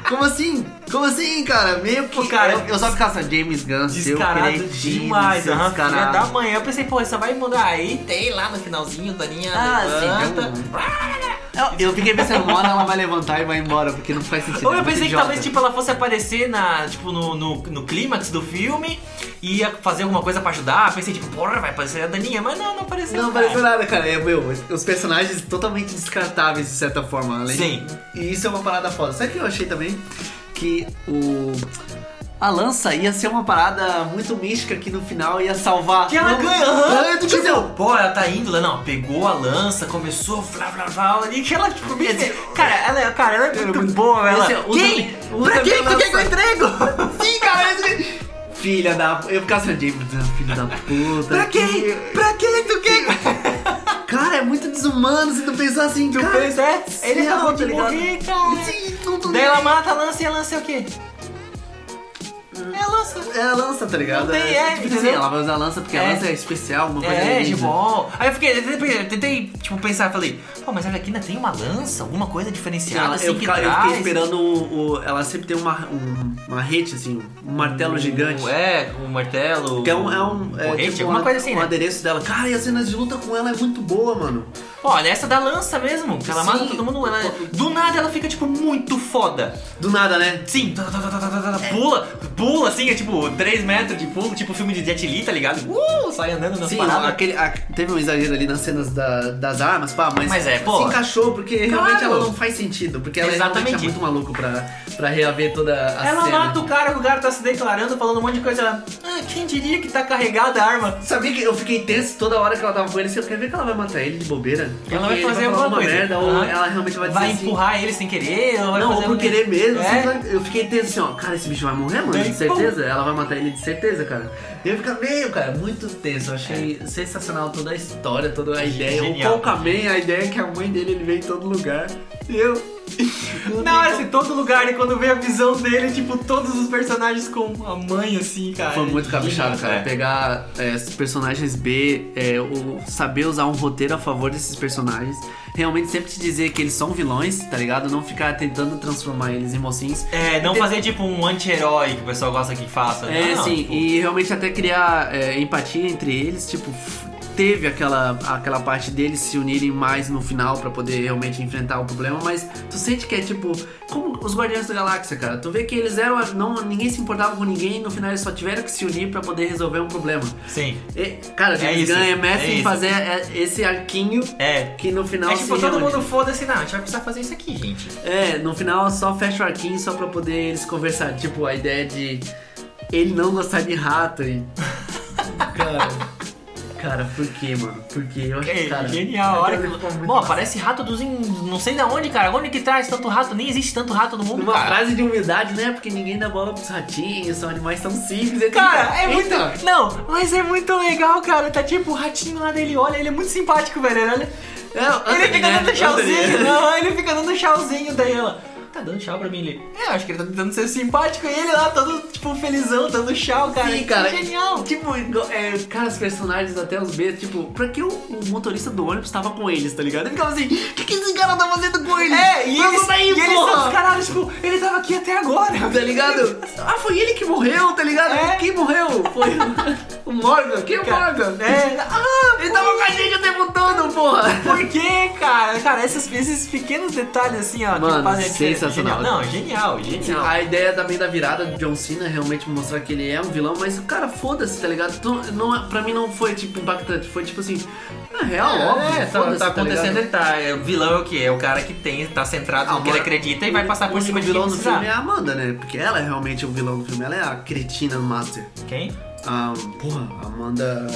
A: Como assim? Como assim, cara? Meio que.
B: Pô, cara,
A: eu, eu só ficava assim, James Gunn, seu
B: Descarado
A: cretino,
B: demais,
A: seu
B: aham, filha da
A: descarado.
B: manhã. Eu pensei, pô, ele só vai mandar. Aí tem lá no finalzinho, né, o Doninha
A: Ah,
B: levanta.
A: sim, Eu, eu fiquei pensando, uma hora ela vai levantar e vai embora, porque não faz sentido.
B: Ou
A: é
B: eu
A: muito
B: pensei que
A: idiota.
B: talvez tipo, ela fosse aparecer na, tipo, no, no, no clímax do filme e ia fazer alguma coisa pra ajudar. Pensei, tipo, porra, vai aparecer a Daninha, mas não, não apareceu.
A: Não
B: cara.
A: apareceu nada, cara. É, meu, os personagens totalmente descartáveis de certa forma. Além
B: Sim.
A: E isso é uma parada foda. Sabe o que eu achei também? Que o. A lança ia ser uma parada muito mística que no final ia salvar.
B: Que ela
A: Não,
B: ganha, aham.
A: ela é do tipo,
B: Pô, ela tá indo lá, não, pegou a lança, começou, flá, flá, flá, ali, que ela, tipo, bem- cara, ela, é- cara, ela é muito boa, ela.
A: Esse é- usa
B: quem?
A: minha- usa
B: pra quem?
A: minha
B: Pra quem que eu
A: lança.
B: entrego?
A: Sim, cara, esse... Filha da... Eu ficava assim, James, filho da puta.
B: pra quem? Pra quem? Tu quem?
A: Cara, é muito desumano se tu pensar assim,
B: Tu
A: cara...
B: pensa, é? Ele
A: céu,
B: acabou
A: tá
B: de
A: ligado?
B: morrer, cara.
A: Sim, não tô
B: Daí ela mata a lança e a lança é o quê? É a lança.
A: É a lança, tá ligado?
B: Não tem, é,
A: Tu fica assim,
B: entendeu?
A: ela vai usar a lança porque
B: É.
A: a lança é especial, uma coisa
B: É,
A: ninja.
B: de bom. Aí eu fiquei, eu tentei, eu tentei, tipo, pensar, falei, pô, mas a Arlequina tem uma lança, alguma coisa diferenciada
A: Ela,
B: assim
A: eu,
B: que
A: fica- eu
B: traz.
A: fiquei esperando o, o- Ela sempre tem uma, um, uma rede, assim, um martelo gigante.
B: Hum, É, um martelo.
A: Que é um. É um é,
B: corrente,
A: tipo,
B: alguma
A: um-
B: coisa assim,
A: um
B: né?
A: adereço dela. Cara, e as cenas de luta com ela é muito boa, mano.
B: Olha, essa da lança mesmo, que ela
A: Sim.
B: mata todo mundo. ela- do nada ela fica, tipo, muito foda.
A: Do nada, né?
B: Sim, tá, tá, tá, tá, tá, tá,
A: É.
B: tá, pula, pula assim, é tipo 3 metros de pulo, tipo filme de Jet Li, tá ligado? Uh, sai andando nas
A: Sim,
B: paradas.
A: aquele, a- teve um exagero ali nas cenas da- das armas, pá, mas,
B: Mas é, pô.
A: se encaixou, porque realmente
B: Claro.
A: ela não faz sentido, porque ela
B: Exatamente.
A: realmente é muito maluco pra, pra reaver toda a
B: Ela
A: cena.
B: mata o cara, o cara tá se declarando, falando um monte de coisa. Ela, ah, quem diria que tá carregada a arma?
A: Sabia que eu fiquei tenso toda hora que ela tava com ele, assim, eu quero ver que ela vai matar ele de bobeira. Porque
B: Ela vai
A: ele
B: fazer
A: falar
B: alguma
A: uma
B: coisa.
A: merda, ou
B: Aham.
A: ela realmente vai dizer
B: Vai
A: assim,
B: empurrar ele sem querer, ou vai
A: Não, ou
B: fazer
A: por
B: alguma-
A: querer mesmo,
B: É.
A: assim, eu fiquei tenso assim, ó, cara, esse bicho vai morrer, mano,
B: Daí,
A: de certeza, ela vai matar ele de certeza, cara. É. E eu ficava meio, cara, muito tenso, eu achei sensacional toda a história, toda a ideia,
B: Genial.
A: o Polkaman, a ideia é que a mãe dele, ele veio em todo lugar, e eu...
B: Na
A: um
B: hora, assim, todo lugar, e quando vê a visão dele, tipo, todos os personagens com a mãe, assim, cara.
A: Foi muito
B: É
A: caprichado,
B: genial,
A: cara. Pegar é, esses personagens B, é, o saber usar um roteiro a favor desses personagens. Realmente sempre te dizer que eles são vilões, tá ligado? Não ficar tentando transformar eles em mocinhos.
B: É, não fazer tipo um anti-herói que o pessoal gosta que faça. né?
A: É,
B: Não,
A: sim,
B: tipo,
A: e realmente até criar é, empatia entre eles, tipo, f- teve aquela, aquela parte deles se unirem mais no final pra poder realmente enfrentar o problema, mas tu sente que é tipo, como os Guardiões da Galáxia, cara, tu vê que eles eram, não, ninguém se importava com ninguém, no final eles só tiveram que se unir pra poder resolver um problema.
B: Sim.
A: E, cara,
B: É
A: James
B: isso,
A: Gunn é mestre
B: é
A: em
B: isso.
A: fazer é, esse arquinho
B: É.
A: que no final
B: é tipo,
A: se
B: todo
A: reúne.
B: mundo foda-se, não, a gente vai precisar fazer isso aqui, gente.
A: É, no final só fecha o arquinho só pra poder eles conversar. Tipo, a ideia de ele não gostar de rato e... cara... Cara, por que, mano? Por que? Eu acho que,
B: É,
A: cara...
B: genial, a hora
A: aquela
B: que.
A: ficou muito
B: Bom,
A: massa.
B: aparece rato dos. in- não sei da onde, cara. Onde que traz tanto rato? Nem existe tanto rato no mundo,
A: Uma
B: cara.
A: frase de humildade, né? Porque ninguém dá bola pros ratinhos, são animais tão simples. etc. Então,
B: Cara, é muito.
A: Eita,
B: Não, mas é muito legal, cara. Tá tipo o ratinho lá dele, olha, ele é muito simpático, velho. Ele, olha,
A: É,
B: ele
A: Anthony,
B: fica
A: né?
B: dando
A: Anthony,
B: tchauzinho,
A: né?
B: não, ele fica dando tchauzinho daí ela. Tá, ah, dando tchau pra mim. Ele, é, acho que ele tá tentando ser simpático. E ele lá, todo, tipo, felizão, dando tchau, cara.
A: Sim,
B: Que
A: cara.
B: Genial.
A: Tipo, igual- é, cara, os personagens até os B, tipo, pra que o, o motorista do ônibus tava com eles, tá ligado? Ele ficava assim, o que, que esse cara tá fazendo com eles?
B: É, e
A: Vamos
B: eles,
A: aí,
B: e eles são
A: porra!
B: os caralhos, tipo, ele tava aqui até agora.
A: Tá ligado? Ah, foi ele que morreu, tá ligado?
B: É.
A: Quem morreu? Foi o- o Morgan. Quem é o
B: Cara,
A: Morgan?
B: É, ah,
A: Ele tava com a gente o tempo todo, porra!
B: Por que, cara? Cara, esses, esses pequenos detalhes assim, ó,
A: Mano,
B: que fazem a diferença.
A: sensacional.
B: Genial. Não, genial, genial.
A: A ideia também da virada do John Cena é realmente mostrar que ele é um vilão, mas o cara foda-se, tá ligado? Tu- Não, é- pra mim não foi tipo impactante, foi tipo assim, na real, óbvio,
B: tá,
A: foda-se,
B: tá
A: ligado?
B: acontecendo, ele tá. é, O vilão é o quê? É o cara que tem, tá centrado
A: Ah,
B: no que ele
A: mano,
B: acredita e vai passar por
A: O
B: cima de
A: vilão
B: vilão
A: do filme é a Amanda, né? Porque ela é realmente o vilão do filme, ela é a cretina master.
B: Quem?
A: A, porra, a Amanda.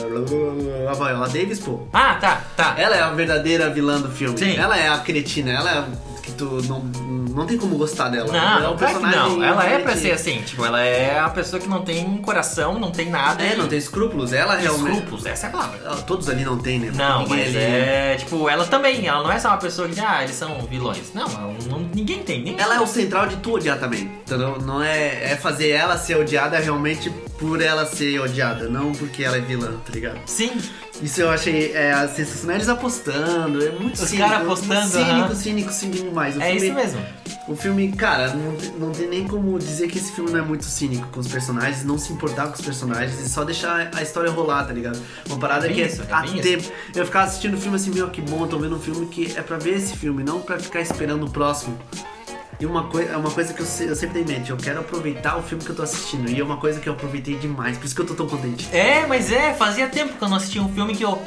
A: A Viola Davis, pô.
B: Ah, tá, tá.
A: Ela é a verdadeira vilã do filme.
B: Sim.
A: Ela é a cretina, ela é a que tu não, não tem como gostar dela.
B: Não,
A: ela é
B: não,
A: um
B: claro que não. Ela é pra
A: realmente-
B: ser assim, tipo, ela é a pessoa que não tem coração, não tem nada.
A: É, não tem escrúpulos, ela realmente.
B: escrúpulos, essa é a palavra.
A: Ela- Todos ali não tem, né?
B: Não,
A: Ninguém
B: mas
A: ali-
B: é. Tipo, ela também, ela não é só uma pessoa que, ah, eles são vilões. Não, ela não- ninguém tem, ninguém.
A: Ela é o central de tu odiar também. Entendeu? Não é, é fazer ela ser odiada realmente por ela ser odiada, não porque ela é vilã, tá ligado?
B: Sim,
A: Isso eu achei é, sensacional. Eles apostando, é muito
B: Os
A: cínico.
B: caras apostando,
A: Cínico,
B: aham.
A: cínico, cínico demais. O
B: é
A: filme,
B: isso mesmo.
A: O filme, cara, não, não tem nem como dizer que esse filme não é muito cínico com os personagens, não se importar com os personagens e só deixar a história rolar, tá ligado? Uma parada
B: É bem
A: que
B: isso,
A: é,
B: é
A: há
B: bem
A: tempo. Eu ficava assistindo o filme assim, meu, que bom, eu tô vendo um filme que é pra ver esse filme, não pra ficar esperando o próximo. E uma, coi é uma coisa que eu, se- eu sempre tenho em mente, eu quero aproveitar o filme que eu tô assistindo. E é uma coisa que eu aproveitei demais, por isso que eu tô tão contente.
B: É, mas é, fazia tempo que eu não assistia um filme que eu.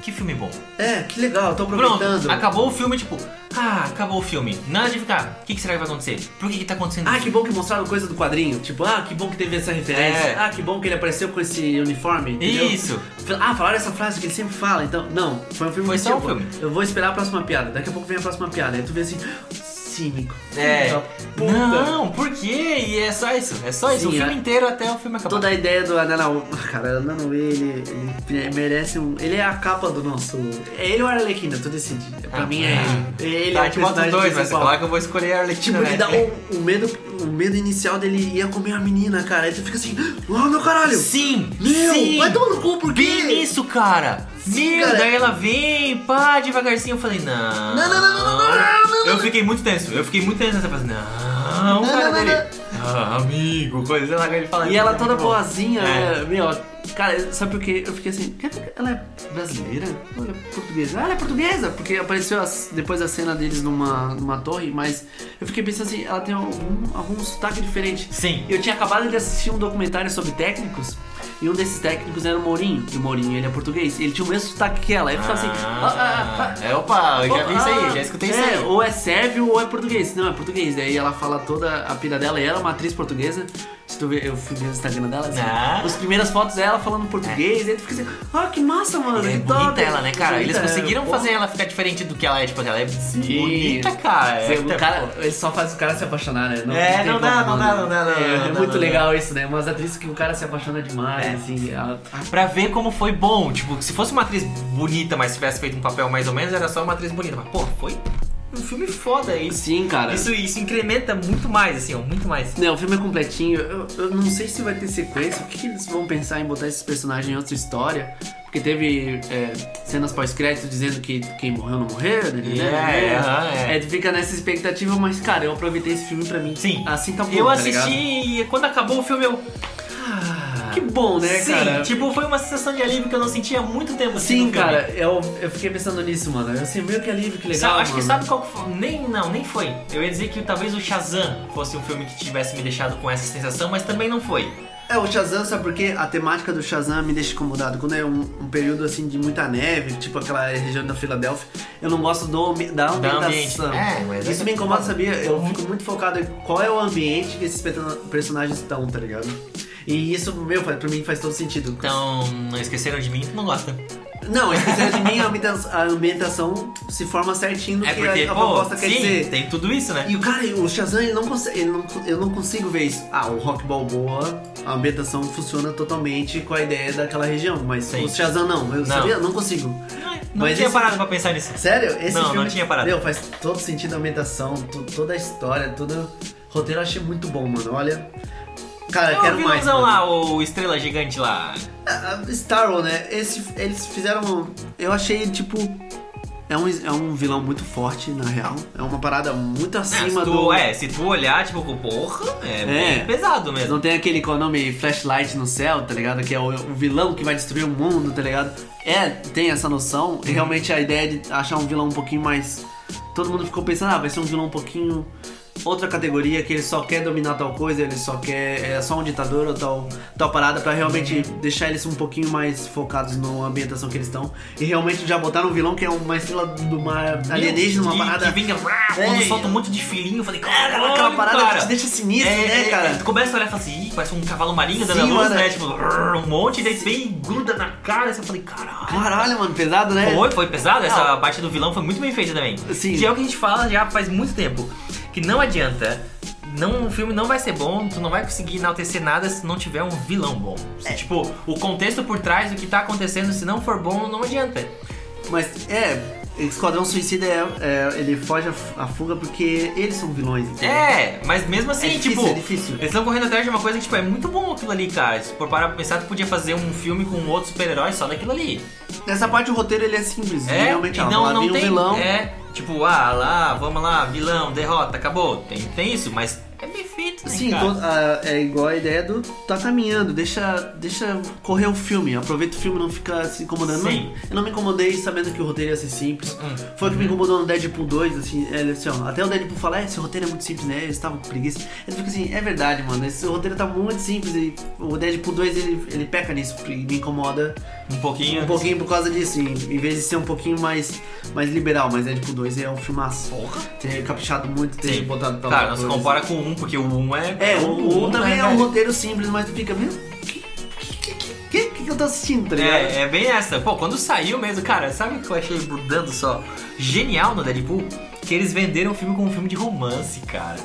B: Que filme bom.
A: É, que legal, eu tô
B: Pronto,
A: aproveitando.
B: acabou o filme, tipo, ah, acabou o filme. Nada de ficar, o que, que será que vai acontecer? Por que, que tá acontecendo
A: Ah,
B: isso?
A: que bom que mostraram coisa do quadrinho. Tipo, ah, que bom que teve essa referência.
B: É.
A: Ah, que bom que ele apareceu com esse uniforme. Entendeu?
B: Isso.
A: Ah, falaram essa frase que ele sempre fala. Então, não, foi um filme
B: Foi
A: que,
B: só um
A: tipo,
B: filme.
A: Eu vou esperar a próxima piada. Daqui a pouco vem a próxima piada. Aí tu vê assim, cínico.
B: É.
A: Puta Puta.
B: Não, por quê? E é só isso, é só isso. o
A: Sim,
B: filme
A: é.
B: inteiro até o filme acabar.
A: Toda a ideia do Ananau. Cara, o Ananau, ele, ele merece um. Ele é a capa do nosso. É ele ou a Arlequina? Tu decide. Pra
B: Ah,
A: mim é ele. Ele
B: tá,
A: é
B: a
A: o
B: gente bota os
A: personagem
B: dois, mas
A: principal.
B: falar que eu vou escolher a Arlequina.
A: Tipo, ele
B: né?
A: dá o, o medo, o medo inicial dele ia comer a menina, cara. Aí tu fica assim, uau, meu caralho!
B: Sim,
A: Meu,
B: sim.
A: vai tomar no cu, por
B: Bem
A: quê?
B: isso, cara.
A: Sim,
B: Meu,
A: cara.
B: daí ela vem, pá, devagarzinho. Eu falei, não.
A: Não, não, não, não, não, não, não, não,
B: Eu fiquei muito tenso, eu fiquei muito tenso nessa fase. Não,
A: Não,
B: cara
A: não, não,
B: dele. Ah, amigo, coisa lá que ele fala. né?
A: E ela toda
B: Muito bom.
A: boazinha,
B: É.
A: né? meu, cara, sabe por quê? Eu fiquei assim, quer dizer, ela é brasileira? Ou ela é portuguesa? Ah, ela é portuguesa, porque apareceu as- depois a cena deles numa, numa torre, mas eu fiquei pensando assim, ela tem algum, algum sotaque diferente.
B: Sim.
A: Eu tinha acabado de assistir um documentário sobre técnicos e um desses técnicos era o Mourinho. E o Mourinho, ele é português. Ele tinha o mesmo sotaque que ela. Aí eu ficava assim. ah, ah, ah,
B: é, opa, eu já vi isso aí,
A: ah,
B: já escutei
A: é,
B: isso aí.
A: Ou é sérvio ou é português. Não, é português. Daí ela fala toda a pira dela. E ela é uma atriz portuguesa. Se tu ver, eu fui ver o Instagram dela. Assim,
B: Ah.
A: As primeiras fotos dela falando português. Aí tu fica assim, ah, que massa, mano.
B: É
A: que top.
B: bonita ela, né, cara? Eles
A: Bonita,
B: conseguiram
A: é,
B: fazer ela ficar diferente do que ela é, tipo, ela é bonita, cara.
A: Cê,
B: É,
A: o
B: tá-
A: cara, ele então, só faz o cara se apaixonar, né?
B: É,
A: tem
B: não
A: como,
B: dá, não
A: mano.
B: dá, não dá, não
A: É,
B: dá, não
A: é
B: dá,
A: muito
B: não
A: legal isso, né? Umas atrizes que o cara se apaixona demais, assim. a-
B: Pra ver como foi bom, tipo, se fosse uma atriz bonita, mas tivesse feito um papel mais ou menos, era só uma atriz bonita. Mas, pô, foi um filme foda isso.
A: Sim, cara.
B: Isso, isso incrementa muito mais, assim, ó, muito mais.
A: Não, o filme é completinho. Eu, eu não sei se vai ter sequência. O que, que eles vão pensar em botar esses personagens em outra história? Porque teve é, cenas pós-crédito dizendo que quem morreu não morreu, né? né, né.
B: É, aham, é.
A: É, tu fica nessa expectativa, mas cara, eu aproveitei esse filme pra mim.
B: Sim.
A: Assim tá bom.
B: tipo, Eu
A: tá
B: assisti
A: ligado?
B: e quando acabou o filme eu. Ah,
A: Que bom, né,
B: Sim,
A: cara?
B: tipo, foi uma sensação de alívio que eu não sentia há muito tempo. assim,
A: Sim,
B: no filme.
A: cara, eu, eu fiquei pensando nisso, mano. Eu assim, meio que alívio, que legal.
B: Sa- acho que
A: mano.
B: sabe qual que foi? Nem, não, nem foi. Eu ia dizer que talvez o Shazam fosse um filme que tivesse me deixado com essa sensação, mas também não foi.
A: É, o Shazam, sabe por quê? A temática do Shazam me deixa incomodado. Quando é um, um período assim de muita neve, tipo aquela região da Filadélfia, eu não gosto do, ambi- da
B: ambiente.
A: ambientação.
B: É, mas
A: Isso
B: é
A: me incomoda,
B: foda.
A: sabia? Eu fico muito focado em qual é o ambiente que esses peta- personagens estão, tá ligado? E isso, meu, faz- pra mim faz todo sentido.
B: Então, não esqueceram de mim, tu não gosta.
A: Não, esquecer de mim, a ambienta- a ambientação se forma certinho no
B: É
A: que
B: porque,
A: a, a
B: pô,
A: proposta quer dizer.
B: sim, tem tudo isso, né?
A: E o cara, o Shazam, ele não consegue, ele não- eu não consigo ver isso. Ah, o Rock Balboa, a ambientação funciona totalmente com a ideia daquela região, mas
B: Sim.
A: o Shazam não, eu
B: Não.
A: sabia, não consigo.
B: Não
A: Mas
B: tinha
A: esse-
B: parado pra pensar nisso.
A: Sério? Esse
B: Não,
A: filme.
B: não tinha parado.
A: Meu, faz todo sentido a ambientação, tu- toda a história, todo o roteiro eu achei muito bom, mano. Olha. Cara,
B: É o
A: Ah, quero mais.
B: vilãozão
A: mano.
B: lá, o Estrela Gigante lá.
A: A- a Star Wars, né? Esse, eles fizeram. Eu achei, tipo. É um, é um vilão muito forte, na real. É uma parada muito
B: É,
A: acima
B: se tu,
A: do.
B: é, se tu olhar, tipo, com porra, é, bem pesado mesmo.
A: Não tem aquele qual é o nome Flashlight no céu, tá ligado? Que é o, o vilão que vai destruir o mundo, tá ligado? É, tem essa noção.
B: Uhum.
A: E realmente a ideia de achar um vilão um pouquinho mais. Todo mundo ficou pensando, ah, vai ser um vilão um pouquinho. Outra categoria que ele só quer dominar tal coisa, ele só quer. É só um ditador ou tal, tal parada, pra realmente
B: Uhum.
A: deixar eles um pouquinho mais focados na ambientação que eles estão. E realmente já botaram um vilão que é uma estrela do mar alienígena, uma
B: que,
A: parada.
B: Que vinha, rá, quando
A: É.
B: solta um monte de filhinho, eu falei,
A: Cara,
B: cara,
A: aquela parada
B: cara.
A: que te deixa sinistro,
B: É,
A: né,
B: é,
A: cara?
B: é, Tu começa a olhar e fala assim, "Ih, parece um cavalo marinho dando a
A: Sim,
B: luz,
A: mano.
B: né? Tipo, rrr, um monte, e daí vem e gruda na cara. E eu falei, caralho.
A: Caralho, mano, pesado, né?
B: Foi, foi pesado. Essa
A: Não.
B: parte do vilão foi muito bem feita também.
A: Sim.
B: Que é o que a gente fala já faz muito tempo. Que não adianta. Não, o filme não vai ser bom, tu não vai conseguir enaltecer nada se não tiver um vilão bom. Se,
A: É.
B: Tipo, o contexto por trás do que tá acontecendo, se não for bom, não adianta.
A: Mas é, Esquadrão Suicida é, é, ele foge a, f- a fuga porque eles são vilões, entendeu?
B: É, mas mesmo assim,
A: É difícil,
B: tipo,
A: é difícil.
B: eles estão correndo atrás de uma coisa que, tipo, é muito bom aquilo ali, cara. Se for parar pra pensar, tu podia fazer um filme com outro super-herói só daquilo ali.
A: Nessa parte o roteiro ele é simples,
B: É,
A: realmente
B: e
A: ó,
B: não,
A: lá
B: não
A: vem
B: tem.
A: um vilão.
B: É, tipo, ah, lá, vamos lá, vilão, derrota, acabou. Tem, tem isso, mas é bem feito, né,
A: Sim,
B: cara?
A: to- a- é igual a ideia do tá caminhando, deixa, deixa correr o filme, aproveita o filme, não fica se incomodando.
B: Sim.
A: Não- eu não me incomodei sabendo que o roteiro ia ser simples.
B: Hum.
A: Foi o que me incomodou no Deadpool 2, assim, é, assim ó, até o Deadpool fala, é, esse roteiro é muito simples, né? Eu estava com preguiça. Ele fica assim, é verdade, mano, esse roteiro tá muito simples e o Deadpool 2 ele, ele peca nisso e me incomoda.
B: Um pouquinho.
A: Um pouquinho por causa disso, em em vez de ser um pouquinho mais, mais liberal, mas Deadpool 2 é um filmaço.
B: Porra.
A: Ter caprichado muito, ter
B: Sim.
A: botado pra
B: Cara,
A: lá
B: não se
A: coisas.
B: compara com um, porque o um é.
A: É, o, o,
B: um,
A: também
B: né,
A: é um
B: velho?
A: roteiro simples, mas tu fica, meu, que, que, que, que, que, que eu tô assistindo, tá ligado?
B: É, é bem essa. Pô, quando saiu mesmo, cara, sabe o que eu achei mudando só? Genial no Deadpool? Que eles venderam o filme como um filme de romance, cara.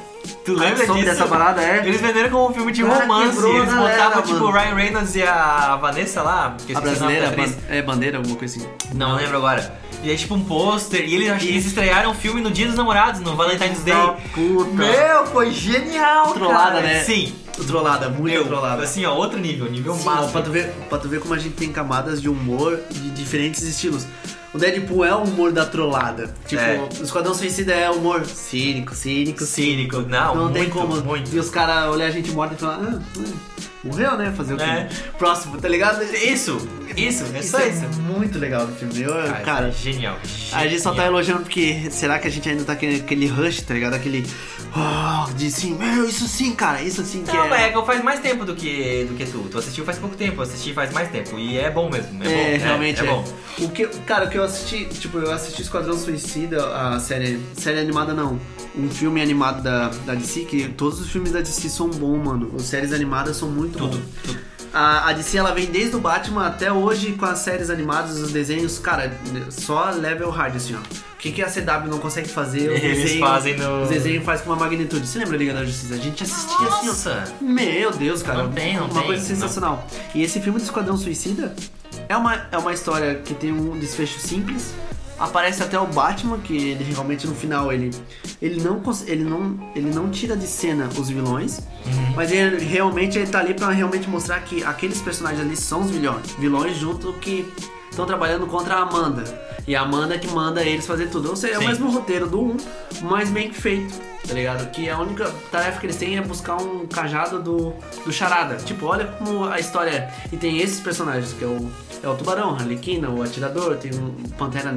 B: Tu
A: Ah,
B: lembra
A: soube
B: disso?
A: dessa parada, é?
B: Eles venderam como um filme de
A: Cara,
B: romance.
A: quebrou a
B: Eles
A: galera,
B: botavam, tipo,
A: mano.
B: o Ryan Reynolds e a Vanessa lá. que eu
A: A
B: esqueci o nome da
A: brasileira,
B: atriz.
A: ban- é bandeira, alguma coisa assim.
B: Não lembro agora. E é tipo um pôster. E eles, acho que eles estrearam o filme no Dia dos Namorados, no Valentine's Day.
A: Da puta.
B: Meu, foi genial,
A: Trollada,
B: cara.
A: né?
B: Sim.
A: Trollada, muito
B: Meu,
A: trollada.
B: assim, ó, outro nível, nível
A: Sim,
B: máximo.
A: pra, tu ver, pra tu ver como a gente tem camadas de humor de diferentes estilos. O Deadpool é o humor da trollada. Tipo,
B: É.
A: o Esquadrão Suicida é humor cínico, cínico,
B: Cínico. Não,
A: Não
B: muito,
A: tem como.
B: muito.
A: E os caras olhar a gente morta e falar, ah, ah, morreu, né? Fazer o quê?
B: É.
A: Próximo, tá ligado?
B: Isso, isso, é só isso.
A: muito legal do filme. Eu,
B: Cara,
A: cara,
B: genial.
A: a gente só tá
B: genial.
A: elogiando porque será que a gente ainda tá aquele, aquele rush, tá ligado? Aquele. Oh, de sim, meu, isso sim, cara, isso sim que
B: Não,
A: é.
B: é que eu faz mais tempo do que, do que tu. Tu assistiu faz pouco tempo, eu assisti faz mais tempo. E é bom mesmo, é, bom.
A: É, realmente
B: é,
A: é.
B: bom.
A: O que, cara, o que eu assisti, tipo, eu assisti Esquadrão Suicida, a série, série animada não, um filme animado da, da DC, que todos os filmes da DC são bons, mano. As séries animadas são muito
B: Tudo,
A: bons.
B: tudo.
A: A, a DC, ela vem desde o Batman até hoje com as séries animadas, os desenhos, cara, só level hard, assim, ó. O que, que a CW não consegue fazer, o
B: Eles
A: desenho,
B: fazem no-
A: o desenho faz com uma magnitude. Você lembra Liga da Justiça? A gente assistia assim, ó.
B: Nossa!
A: Meu Deus, cara.
B: Não tem, não
A: uma
B: tem,
A: coisa
B: não.
A: sensacional. E esse filme do Esquadrão Suicida é uma, é uma história que tem um desfecho simples. Aparece até o Batman, que ele realmente no final ele, ele, não, cons- ele, não, ele não tira de cena os vilões,
B: Uhum.
A: mas ele realmente ele tá ali pra realmente mostrar que aqueles personagens ali são os vilões, vilões junto que estão trabalhando contra a Amanda. E a Amanda é que manda eles fazer tudo. Ou seja, é o
B: Sim.
A: mesmo roteiro do 1, mas bem feito, tá ligado? Que a única tarefa que eles têm é buscar um cajado do, do Charada. Tipo, olha como a história é. E tem esses personagens, que é o, é o Tubarão, a Arlequina, o Atirador, tem um Pantera...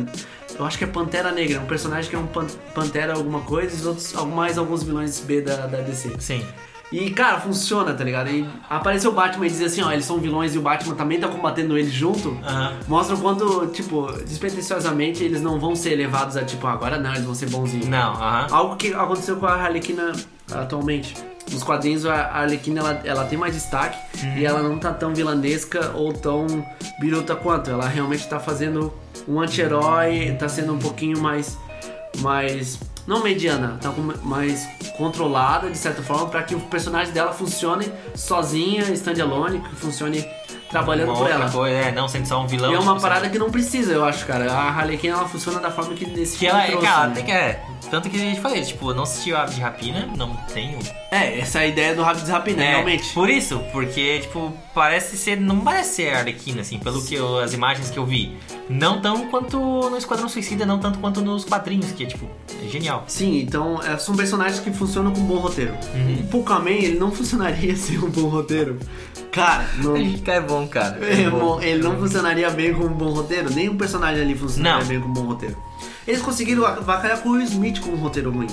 A: Eu acho que é Pantera Negra, um personagem que é um pan- Pantera alguma coisa e os outros, mais alguns vilões B da, da DC.
B: Sim.
A: E, cara, funciona, tá ligado? E apareceu o Batman e diz assim, ó, eles são vilões e o Batman também tá combatendo eles junto.
B: Aham.
A: Mostra o quanto, tipo, despretensiosamente eles não vão ser levados a, tipo, "Ah, agora não, eles vão ser bonzinhos.
B: Não, aham.
A: Algo que aconteceu com a Arlequina ah, atualmente. Nos quadrinhos, a Arlequina, ela, ela tem mais destaque e ela não tá tão vilanesca ou tão biruta quanto. Ela realmente tá fazendo um anti-herói, tá sendo um pouquinho mais... mais não mediana, tá com- mais controlada de certa forma para que o personagem dela funcione sozinha, standalone, que funcione trabalhando
B: Uma
A: por
B: outra
A: ela.
B: coisa, é, não sendo só um vilão.
A: E é uma
B: tipo,
A: parada que não precisa, eu acho, cara. A Harley Quinn, ela funciona da forma que nesse
B: Que
A: filme
B: ela, é,
A: trouxe,
B: cara, ela
A: né?
B: tem que. É, tanto que a gente falei, tipo, eu não assisti o Aves de Rapina, não tenho.
A: É, essa é a ideia do Rápido Rapiné,
B: É,
A: realmente.
B: Por isso, porque, tipo, parece ser. Não parece ser a Arlequina, assim, pelo que eu- as imagens que eu vi. Não tão quanto no Esquadrão Suicida, não tanto quanto nos quadrinhos, que é, tipo, é genial.
A: Sim, então é, são personagens que funcionam com bom roteiro.
B: Uhum.
A: O Pukaman, ele não funcionaria sem um bom roteiro. Cara, não.
B: é bom, cara.
A: É, bom, ele não funcionaria bem com um bom roteiro, nem o personagem ali funcionaria
B: Não.
A: bem com um bom roteiro. Eles conseguiram avacalhar com o Will Smith com um roteiro ruim.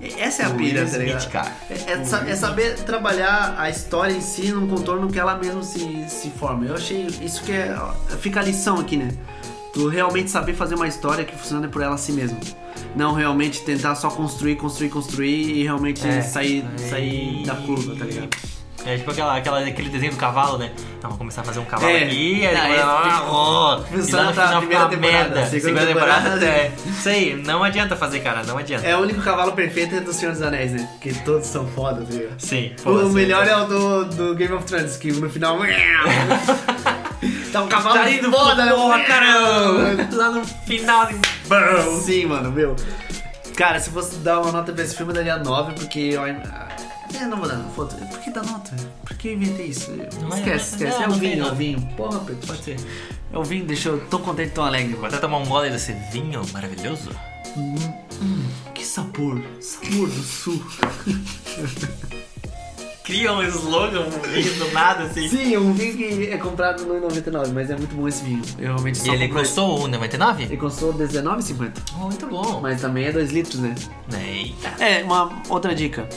A: E- Essa é a pira, tá ligado? É, é sa- é saber trabalhar a história em si num contorno que ela mesma se, se forma. Eu achei isso que é. Fica a lição aqui, né? Tu realmente saber fazer uma história que funcione por ela a si mesma. Não realmente tentar só construir, construir, construir e realmente
B: É.
A: sair, sair
B: E-
A: da curva, tá ligado?
B: É tipo aquela, aquela- aquele desenho do cavalo, né? Não, vou começar a fazer um cavalo
A: É.
B: aqui, aí
A: Ah,
B: depois,
A: esse-
B: ah, ó, e lá
A: Funciona
B: no
A: pra
B: final fica
A: primeira
B: uma
A: temporada,
B: merda.
A: segunda
B: Segunda temporada,
A: temporada,
B: é. Isso aí, não adianta fazer, cara, não adianta.
A: É o único cavalo perfeito é do Senhor dos Anéis, né? Porque todos são foda, tá ligado?
B: Sim.
A: O melhor é o do, do Game of Thrones, que no final. tá um cavalo
B: Tá indo
A: foda, né? Tá
B: porra, caramba! Lá no final de... Bum!
A: Sim, mano, meu. Cara, se fosse dar uma nota pra esse filme, eu daria 9, porque eu. ah, Eu não vou dar, foda. Por que dá nota? Por que eu inventei isso?
B: Não é,
A: esquece,
B: não,
A: esquece.
B: não
A: é o
B: tem
A: vinho, é o
B: nota.
A: vinho. Porra, Pedro.
B: Pode ser.
A: É o vinho, deixa eu tão contente, tão alegre,
B: Vou
A: mano.
B: até tomar um gole desse vinho maravilhoso.
A: Que sabor, sabor do sul.
B: Cria um slogan um vinho do nada, assim.
A: Sim, é um vinho que é comprado no 99, mas é muito bom esse vinho. Eu realmente
B: E
A: só
B: ele
A: comprei-
B: custou o 99?
A: Ele custou R$19,50.
B: Oh, Muito bom.
A: Mas também é 2 litros, né?
B: Eita.
A: É, uma outra dica.